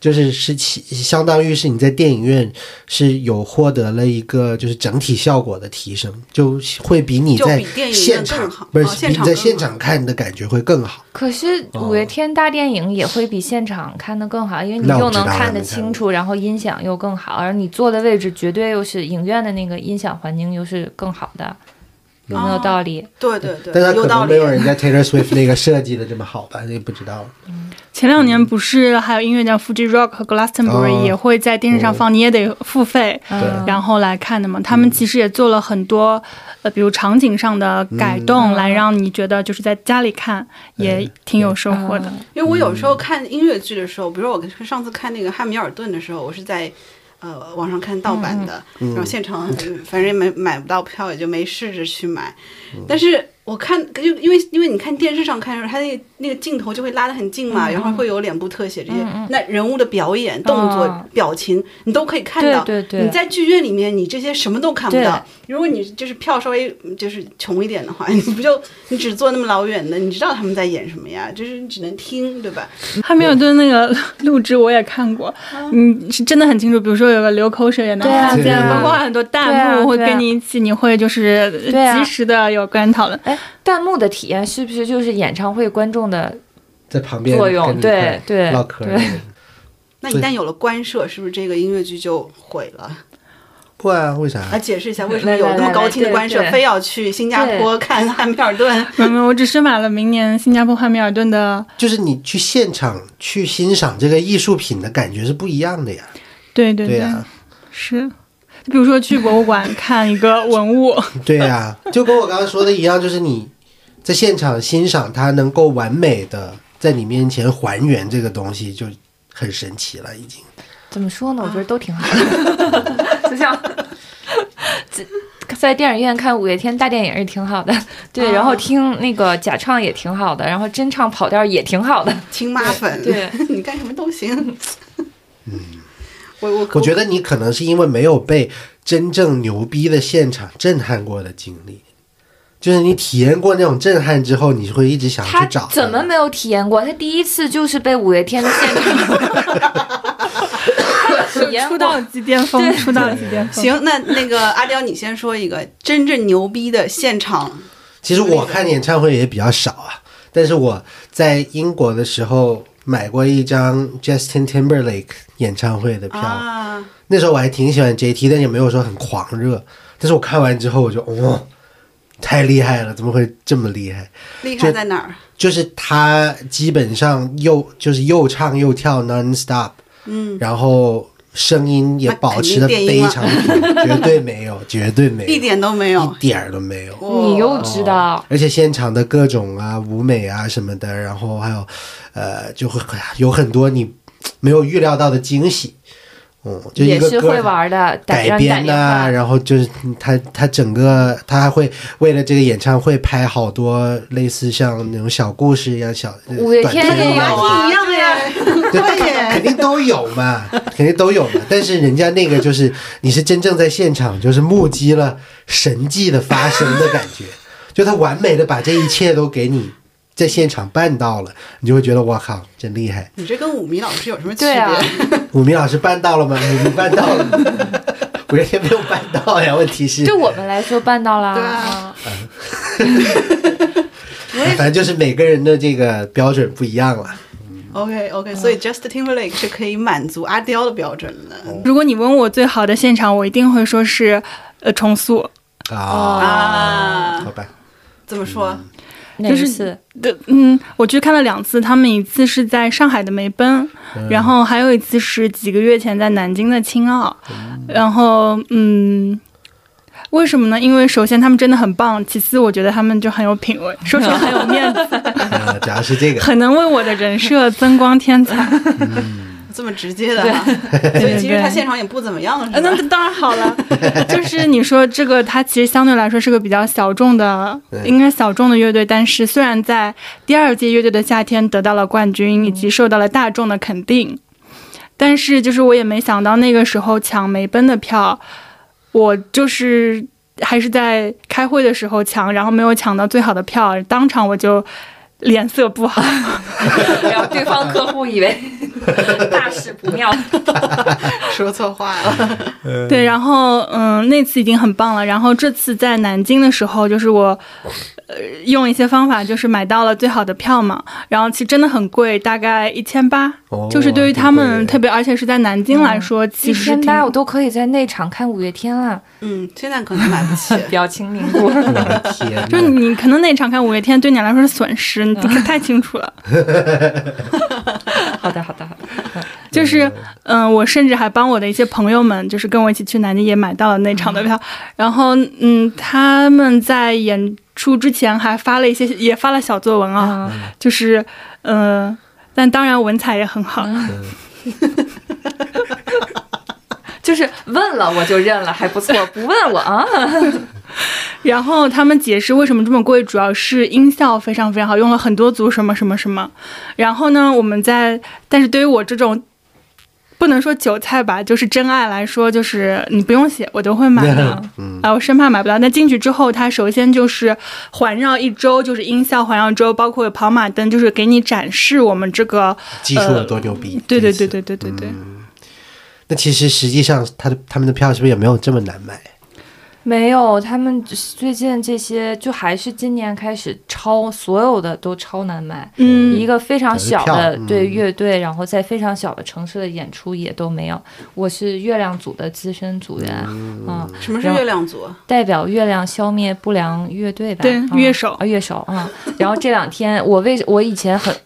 Speaker 4: 就是是其相当于是你在电影院是有获得了一个就是整体效果的提升，就会比你
Speaker 6: 就比
Speaker 4: 在
Speaker 6: 电影院
Speaker 4: 现
Speaker 6: 更
Speaker 4: 场
Speaker 6: 好
Speaker 4: 不是、
Speaker 6: 哦现
Speaker 4: 比你
Speaker 6: 场
Speaker 4: 在
Speaker 6: 更
Speaker 4: 现
Speaker 6: 好
Speaker 4: 场看的感觉会更好。
Speaker 2: 可是五月天大电影也会比现场看的更好，因为你
Speaker 4: 哦那我
Speaker 2: 又
Speaker 4: 知
Speaker 2: 能
Speaker 4: 道了
Speaker 2: 看得
Speaker 4: 没看
Speaker 2: 清楚，然后音响又更好，而你坐的位置绝对又是影院的那个音响环境又是更好的，有
Speaker 5: 哦
Speaker 2: 没有道理？
Speaker 6: 对对对，
Speaker 4: 但它
Speaker 6: 有
Speaker 4: 可
Speaker 6: 道
Speaker 4: 能
Speaker 6: 理
Speaker 4: 没。有人 家 Taylor Swift 那个设计的这么好吧，那不知道。
Speaker 5: 前两年不是还有音乐叫 Fuji Rock 和 Glastonbury、
Speaker 4: 哦
Speaker 5: 也会在电视上放，你也得付费，
Speaker 2: 嗯
Speaker 5: 然后来看的嘛。他们其实也做了很多，呃，比如场景上的改动，来让你觉得就是在家里看也挺有收获的。
Speaker 6: 因为我有
Speaker 2: 嗯
Speaker 6: 时候看音乐剧的时候，比如说我上次看那个《汉密尔顿》的时候，我是在呃网上看盗版的，
Speaker 2: 嗯
Speaker 6: 然后现场反正也没买不到
Speaker 2: 嗯
Speaker 6: 票，也就没试着去买。但是我看，因为因为因为你看电视上看的时候，它那个那个镜头就会拉得很近嘛，
Speaker 2: 嗯
Speaker 6: 然后会有脸部特写这些，那人物的表演、动作、
Speaker 2: 嗯
Speaker 6: 表情，你都可以看到。
Speaker 2: 对对对
Speaker 6: 你在剧院里面，你这些什么都看不到。如果你就是票稍微嗯就是穷一点的话，你 不就你只坐那么老远的，你知道他们在演什么呀？就是你只能听，对吧？
Speaker 5: 汉密尔顿那
Speaker 2: 嗯
Speaker 5: 个录制我也看过，你是真的很清楚。比如说有个流口水也能
Speaker 2: 对啊
Speaker 5: 看见，
Speaker 4: 对啊
Speaker 5: 包括很多
Speaker 2: 对啊
Speaker 5: 弹幕会
Speaker 2: 对啊
Speaker 5: 跟你一起，你会就是
Speaker 2: 对啊
Speaker 5: 及时的有跟人讨论。
Speaker 2: 哎，弹幕的体验是不是就是演唱会观众的？
Speaker 4: 在旁边
Speaker 2: 作用
Speaker 4: 跟你
Speaker 2: 对
Speaker 4: 一块
Speaker 2: 对
Speaker 4: 唠嗑
Speaker 2: 对
Speaker 4: 儿。
Speaker 6: 那一
Speaker 4: 对
Speaker 6: 旦有了官设，是不是这个音乐剧就毁了？
Speaker 4: 不啊，为啥？
Speaker 6: 来解释一下为什么
Speaker 2: 来
Speaker 6: 有
Speaker 2: 来
Speaker 6: 那么
Speaker 2: 来
Speaker 6: 高
Speaker 2: 来
Speaker 6: 清的
Speaker 2: 对
Speaker 6: 官设，
Speaker 2: 对
Speaker 6: 非要去新加坡看汉密尔顿？
Speaker 5: 没有没有，嗯我只是买了明年新加坡汉密尔顿的，
Speaker 4: 就是你去现场去欣赏这个艺术品的感觉是不一样的呀。
Speaker 5: 对对
Speaker 4: 对
Speaker 5: 对，
Speaker 4: 啊呀，
Speaker 5: 是。就比如说去博物馆看一个文物，
Speaker 2: 嗯
Speaker 4: 对呀，就跟我刚刚说的一样，就是你在现场欣赏它，能够完美的在你面前还原这个东西，就很神奇了，已经。
Speaker 2: 怎么说呢？我觉得都挺好的， 就像这在电影院看五月天大电影也挺好的，对，然后听那个假唱也挺好的，然后真唱跑调也挺好
Speaker 4: 啊
Speaker 2: 的，
Speaker 6: 亲妈粉，
Speaker 2: 对
Speaker 6: 你干什么都行。嗯，我我
Speaker 4: 我觉得你可能是因为没有被真正牛逼的现场震撼过的经历，就是你体验过那种震撼之后，你会一直想
Speaker 2: 他
Speaker 4: 去找。
Speaker 2: 怎么？没有体验过？他第一次就是被五月天的现场体验
Speaker 5: 出
Speaker 2: 过
Speaker 5: 道即巅峰，
Speaker 2: 对
Speaker 5: 出道即巅峰。
Speaker 6: 行，那那个阿刁，你先说一个真正牛逼的现场，
Speaker 4: 其实我看演唱会也比较少啊，但是我在英国的时候买过一张 Justin Timberlake 演唱会的票，
Speaker 6: 啊，
Speaker 4: 那时候我还挺喜欢 JT，但也没有说很狂热。但是我看完之后，我就哦，太厉害了，怎么会这么厉害？
Speaker 6: 厉害在哪儿？
Speaker 4: 就是他基本上又就是又唱又跳 non stop，嗯，然后声音也保持的非常平，绝对没有，绝对没有，
Speaker 6: 一点都没
Speaker 4: 一
Speaker 6: 有。
Speaker 4: 点儿都没有。
Speaker 2: 你又知道。
Speaker 4: 而且现场的各种啊舞美啊什么的，然后还有，呃，就会很有很多你没有预料到的惊喜，嗯，就一
Speaker 2: 也
Speaker 4: 个
Speaker 2: 是
Speaker 4: 歌
Speaker 2: 会玩的，胆
Speaker 4: 改
Speaker 2: 让
Speaker 4: 编
Speaker 2: 胆
Speaker 4: 呐、
Speaker 2: 量大。
Speaker 4: 然后就是他他整个他还会为了这个演唱会拍好多类似像那种小故事一样小呃
Speaker 2: 五月天
Speaker 4: 短片
Speaker 2: 也
Speaker 4: 一样
Speaker 2: 有
Speaker 4: 的
Speaker 2: 啊
Speaker 6: 一样呀，
Speaker 4: 对，
Speaker 6: 对耶
Speaker 4: 肯定都有嘛，肯定都有嘛。但是人家那个就是你是真正在现场，就是目击了神迹的发生的感觉，就他完美的把这一切都给你在现场办到了，你就会觉得我靠，真厉害！
Speaker 6: 你这跟武迷老师有什么区
Speaker 2: 对
Speaker 6: 别？
Speaker 2: 啊
Speaker 4: 武明老师办到了吗？你们办 到了吗？五月天没有办到呀，问题是
Speaker 2: 对我们来说办到啦，
Speaker 6: 对啊
Speaker 4: 反正就是每个人的这个标准不一样了。
Speaker 6: OK OK，所以 Justin Timberlake 是可以满足阿刁的标准的。
Speaker 5: 如果你问我最好的现场，我一定会说是，呃，重塑。哦
Speaker 4: 啊，好吧，
Speaker 6: 怎么说？
Speaker 2: 那
Speaker 5: 就
Speaker 2: 一
Speaker 5: 是
Speaker 2: 次
Speaker 5: 对，嗯，我去看了两次，他们一次是在上海的梅奔，然后还有一次是几个月前在南京的青奥，然后嗯。为什么呢？因为首先他们真的很棒，其次我觉得他们就很有品味，说出来很有面子，
Speaker 4: 呃主要是这个。
Speaker 5: 很能为我的人设增光添彩。
Speaker 6: 这么直接的哈，所以其实他现场也不怎么样，
Speaker 5: 呃
Speaker 6: 是吧
Speaker 5: 那？当然好了，就是你说这个，它其实相对来说是个比较小众的，应该小众的乐队。但是虽然在第二届乐队的夏天得到了冠军，以及受到了大众的肯定，但是就是我也没想到那个时候抢梅奔的票，我就是还是在开会的时候抢，然后没有抢到最好的票，当场我就脸色不好。
Speaker 2: 然后对方客户以为 大事不妙，
Speaker 6: 说错话了。
Speaker 5: 对，然后嗯，那次已经很棒了。然后这次在南京的时候，就是我呃用一些方法，就是买到了最好的票嘛。然后其实真的很贵，大概一千八
Speaker 4: 哦。
Speaker 5: 就是对于他们，
Speaker 4: 挺贵的
Speaker 5: 特别而且是在南京来说，
Speaker 2: 嗯一
Speaker 5: 其实
Speaker 2: 天
Speaker 5: 挺
Speaker 2: 吧，我都可以在内场看五月天啊了，
Speaker 6: 嗯，现在可能买不起。
Speaker 2: 表情凝固。
Speaker 4: 我的天哪，
Speaker 5: 就是你可能那场看五月天对你来说是损失，你
Speaker 2: 嗯
Speaker 5: 太清楚 了。
Speaker 2: 好的，好的，好的。
Speaker 5: 就是，嗯、我甚至还帮我的一些朋友们，就是跟我一起去南京也买到了那场的票。然后，嗯，他们在演出之前还发了一些，也发了小作文
Speaker 2: 嗯
Speaker 5: 啊， 就是，嗯、但当然文采也很好。
Speaker 2: 就是问了我就认了，还不错；不问我啊，
Speaker 5: 然后他们解释为什么这么贵，主要是音效非常非常好，用了很多组什么什么什么。然后呢，我们在，但是对于我这种不能说韭菜吧，就是真爱来说，就是你不用写，我都会买 的。
Speaker 4: 嗯
Speaker 5: 啊，我生怕买不到。那进去之后，它首先就是环绕一周，就是音效环绕一周，包括有跑马灯，就是给你展示我们这个呃
Speaker 4: 技术有多牛逼？
Speaker 5: 对对
Speaker 4: 这
Speaker 5: 对
Speaker 4: 一次
Speaker 5: 对对对对，
Speaker 4: 嗯那其实实际上，他的他们的票是不是也没有这么难买？
Speaker 2: 没有，他们最近这些就还是今年开始超所有的都超难买，
Speaker 5: 嗯，
Speaker 2: 一个非常小的
Speaker 4: 感觉票
Speaker 2: 对
Speaker 4: 嗯
Speaker 2: 乐队，然后在非常小的城市的演出也都没有。我是月亮组的资深组员，嗯，
Speaker 6: 什么是月亮组啊？
Speaker 2: 代表月亮消灭不良乐队吧？
Speaker 5: 对
Speaker 2: 嗯
Speaker 5: 乐手
Speaker 2: 啊，乐手啊。然后这两天我为我以前很。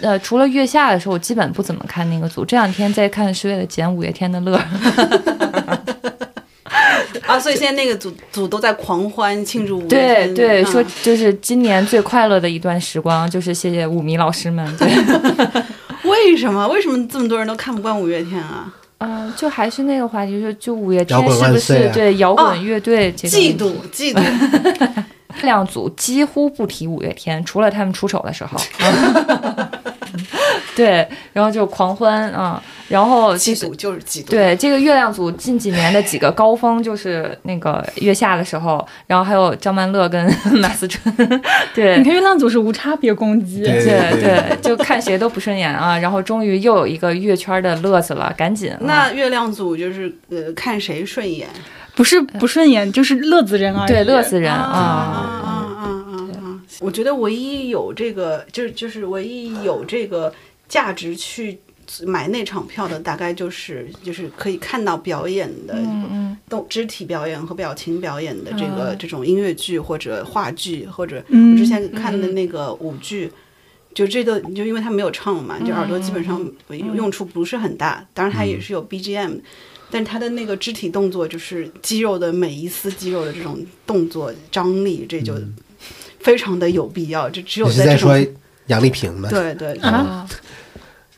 Speaker 2: 呃，除了月下的时候，我基本不怎么看那个组。这两天在看是为了捡五月天的乐儿。
Speaker 6: 啊，所以现在那个组组都在狂欢庆祝五月
Speaker 2: 对
Speaker 6: 天
Speaker 2: 对，
Speaker 6: 嗯
Speaker 2: 说就是今年最快乐的一段时光，就是谢谢舞迷老师们。对，
Speaker 6: 为什么为什么这么多人都看不惯五月天啊？
Speaker 2: 嗯、就还是那个话题，就是就五月天
Speaker 4: 摇滚
Speaker 2: 是不
Speaker 4: 万岁
Speaker 2: 是
Speaker 4: 啊
Speaker 2: 对摇
Speaker 6: 啊
Speaker 2: 滚乐队这个
Speaker 6: 嫉
Speaker 2: 问题
Speaker 6: 妒嫉妒，
Speaker 2: 这两组几乎不提五月天，除了他们出手的时候。对，然后就狂欢啊、然后
Speaker 6: 嫉
Speaker 2: 就是
Speaker 6: 妒就是嫉妒。，
Speaker 2: 对这个月亮组近几年的几个高峰，就是那个月下的时候，然后还有张曼乐跟 马思纯，对
Speaker 5: 你，看月亮组是无差别攻击，
Speaker 4: 对
Speaker 2: 对对，就看谁都不顺眼啊。然后终于又有一个乐圈的乐子了，赶紧啊、
Speaker 6: 那月亮组就是呃看谁顺眼
Speaker 5: 不是不顺眼，就是乐子人而已。
Speaker 2: 呃对乐死人
Speaker 6: 啊
Speaker 2: 啊。
Speaker 6: 啊啊啊啊！我觉得唯一有这个就是就是唯一有这个价值去。买那场票的大概就是就是可以看到表演的
Speaker 2: 嗯嗯，
Speaker 6: 动肢体表演和表情表演的这个、
Speaker 2: 嗯
Speaker 6: 这种音乐剧或者话剧或者
Speaker 5: 嗯
Speaker 6: 我之前看的那个舞剧，就这个就因为它没有唱嘛，就耳朵基本
Speaker 2: 嗯
Speaker 6: 上用处不是很大，当然它也是有 BGM，、但它的那个肢体动作就是肌肉的每一丝肌肉的这种动作张力，这就非常的有必要，就只有
Speaker 4: 嗯你是
Speaker 6: 在
Speaker 4: 在
Speaker 6: 这种
Speaker 4: 说杨丽萍吗？
Speaker 6: 对对
Speaker 2: 啊，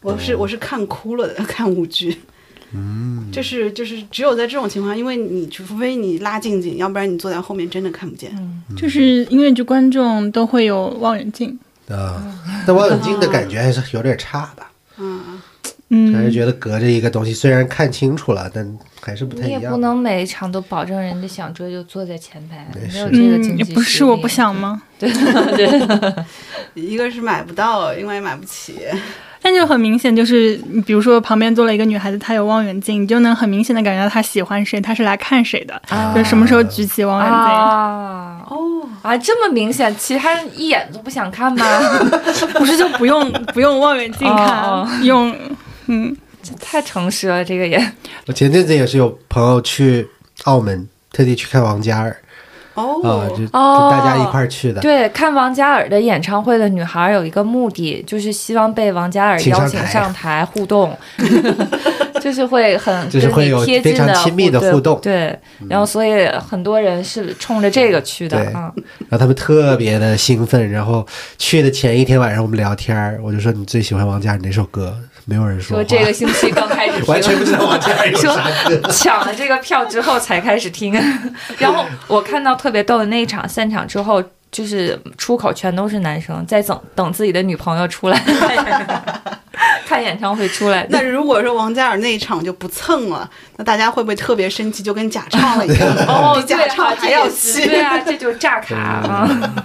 Speaker 6: 我是我是看哭了的，看舞剧。嗯，就是就是，只有在这种情况下，因为你除非你拉近景，要不然你坐在后面真的看不见。
Speaker 2: 嗯
Speaker 5: 就是音乐剧观众都会有望远镜，
Speaker 4: 啊，但望远镜的感觉还是有点差吧，
Speaker 6: 嗯，
Speaker 5: 嗯，
Speaker 4: 还是觉得隔着一个东西，虽然看清楚了，但还是不太
Speaker 2: 你
Speaker 4: 一
Speaker 2: 也嗯
Speaker 4: 样。
Speaker 2: 不能每一场都保证人家想追就坐在前排，没有这个经
Speaker 5: 嗯，
Speaker 2: 济
Speaker 5: 也
Speaker 2: 实力。
Speaker 5: 不是我不想吗？
Speaker 6: 一个是买不到，另外买不起。
Speaker 5: 但就很明显，就是你比如说旁边坐了一个女孩子，她有望远镜，你就能很明显的感觉到她喜欢谁，她是来看谁的，就什么时候举起望远镜。
Speaker 2: 啊？哦啊，这么明显，其他人一眼都不想看吗？
Speaker 5: 不是就不用不用望远镜看，
Speaker 2: 哦
Speaker 5: 用
Speaker 2: 太诚实了，这个也
Speaker 4: 我前阵子也是有朋友去澳门，特地去看王嘉尔
Speaker 6: 哦，
Speaker 4: 啊，就
Speaker 2: 哦
Speaker 4: 大家一块儿去的。
Speaker 2: 对。看王嘉尔的演唱会的女孩有一个目的，就是希望被王嘉尔
Speaker 4: 请
Speaker 2: 邀
Speaker 4: 上
Speaker 2: 请
Speaker 4: 台
Speaker 2: 上台互 动，就是会很
Speaker 4: 就是
Speaker 2: 跟
Speaker 4: 会
Speaker 2: 你
Speaker 4: 有
Speaker 2: 贴
Speaker 4: 非
Speaker 2: 近
Speaker 4: 常
Speaker 2: 的
Speaker 4: 亲密的互动嗯
Speaker 2: 对，然后所以很多人是冲着这个去的
Speaker 4: 对
Speaker 2: 啊。嗯
Speaker 4: 然后他们特别的兴奋，然后去的前一天晚上我们聊天儿，我就说你最喜欢王嘉尔哪首歌？没有人说
Speaker 2: 说
Speaker 4: 话，
Speaker 2: 这个星期刚开始听，
Speaker 4: 完全不知道王嘉 尔有啥歌。
Speaker 2: 抢了这个票之后才开始听， 然后我看到特别逗的那一场散场之后，就是出口全都是男生在等等自己的女朋友出来， 看演唱会出来。
Speaker 6: 那如果说王嘉尔那一场就不蹭了，那大家会不会特别生气，就跟假唱了一 样？
Speaker 2: 哦，
Speaker 6: 比
Speaker 2: 对
Speaker 6: 假
Speaker 2: 啊，
Speaker 6: 唱还要气。
Speaker 2: 对啊，这就是炸卡
Speaker 4: 嗯
Speaker 2: 啊！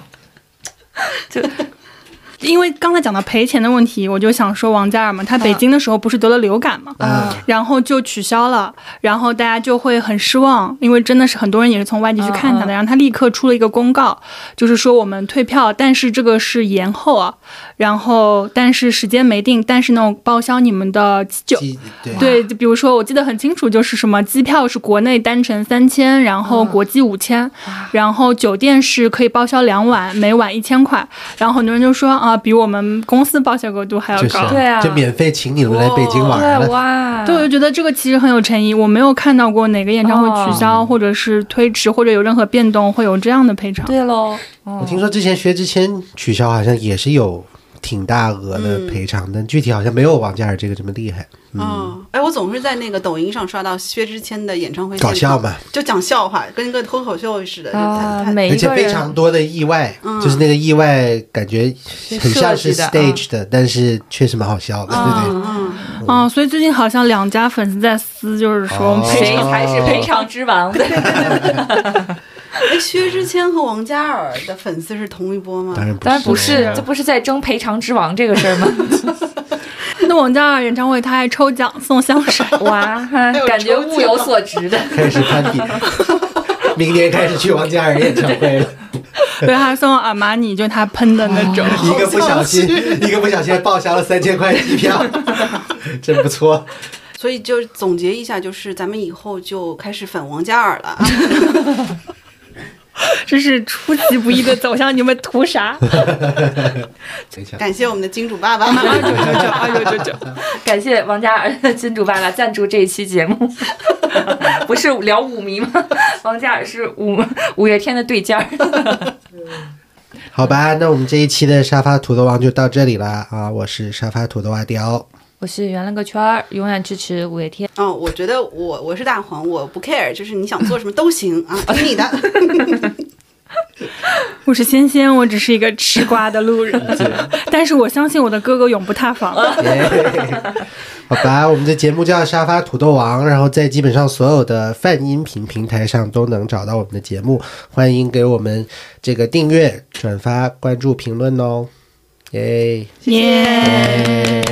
Speaker 5: 因为刚才讲到赔钱的问题，我就想说王嘉尔嘛，他北
Speaker 2: 嗯
Speaker 5: 京的时候不是得了流感嘛，
Speaker 4: 啊
Speaker 5: 然后就取消了，然后大家就会很失望，因为真的是很多人也是从外地去看他的，
Speaker 2: 嗯嗯
Speaker 5: 然后他立刻出了一个公告，就是说我们退票，但是这个是延后啊，然后但是时间没定，但是呢我报销你们的机酒。
Speaker 4: 记对
Speaker 5: 对，就比如说，我记得很清楚，就是什么机票是国内单程三千，然后国际五千、然后酒店是可以报销两晚，每晚一千块。然后很多人就说啊，比我们公司报销额度还要
Speaker 4: 就是
Speaker 5: 高。
Speaker 2: 对啊哦
Speaker 4: 就免费请你们来北京 玩
Speaker 2: 对
Speaker 4: 了。
Speaker 2: 哇，
Speaker 5: 对，我就觉得这个其实很有诚意。我没有看到过哪个演唱会取消，或者是推迟，或者有任何变动会有这样的赔偿。
Speaker 2: 对喽，嗯
Speaker 4: 我听说之前薛之谦取消好像也是有挺大额
Speaker 2: 嗯
Speaker 4: 的赔偿，但具体好像没有王嘉尔这个这么厉害。
Speaker 6: 嗯，哎，我总是在那个抖音上刷到薛之谦的演唱会现
Speaker 4: 搞
Speaker 6: 场，
Speaker 4: 笑嘛
Speaker 6: 就讲笑话，跟个脱口秀似的。就
Speaker 2: 啊
Speaker 6: 他，他
Speaker 2: 每
Speaker 4: 而
Speaker 2: 一
Speaker 4: 且
Speaker 2: 个
Speaker 4: 非常
Speaker 2: 人嗯
Speaker 4: 多的意外，就是那个意外感觉很像是
Speaker 2: 设计的嗯
Speaker 4: stage 的，但是确实蛮好笑的，对对。
Speaker 5: 嗯，所以最近好像两家粉丝在撕，就是说
Speaker 4: 哦
Speaker 5: 赔
Speaker 2: 谁才是赔偿之王？对，
Speaker 6: 哎，薛之谦和王嘉尔的粉丝是同一波吗？
Speaker 4: 当然不
Speaker 2: 当然不
Speaker 4: 是啊
Speaker 2: 是，这不是在争赔偿之王这个事 儿吗？
Speaker 5: 那王嘉尔演唱会他还抽奖送香水，
Speaker 2: 哇，感觉物有所值的。
Speaker 4: 开始攀 比，明年开始去王嘉尔演唱 会了，
Speaker 5: 对，还送阿玛尼，就他喷的那种。
Speaker 4: 一个不小心，一个不小心报销了三千块机票， 真不错。
Speaker 6: 所以就总结一下，就是咱们以后就开始粉王 嘉尔了。啊
Speaker 5: 这是出其不意的走向，你们图啥？
Speaker 4: 等一下，
Speaker 6: 感谢我们的金主爸爸。
Speaker 2: 感谢王嘉尔金主爸爸赞助这一期节目， 不是聊舞迷吗？王嘉尔是五五月天的对尖儿。
Speaker 4: 好吧，那我们这一期的沙发土豆王就到这里啦啊！我是沙发土豆阿刁，
Speaker 2: 我是圆了个圈儿，永远支持五月天。
Speaker 6: 嗯，我觉得我我是大黄，我不 care，就是你想做什么都行啊，听你的。
Speaker 5: 我是仙仙，我只是一个吃瓜的路 人，但是我相信我的哥哥永不塌房。
Speaker 4: 好吧，我们的节目叫沙发土豆王，然后在基本上所有的泛音频平台上都能找到我们的节目，欢迎给我们这个订阅、转发、关注、评论哦，耶！
Speaker 5: 耶！
Speaker 4: 耶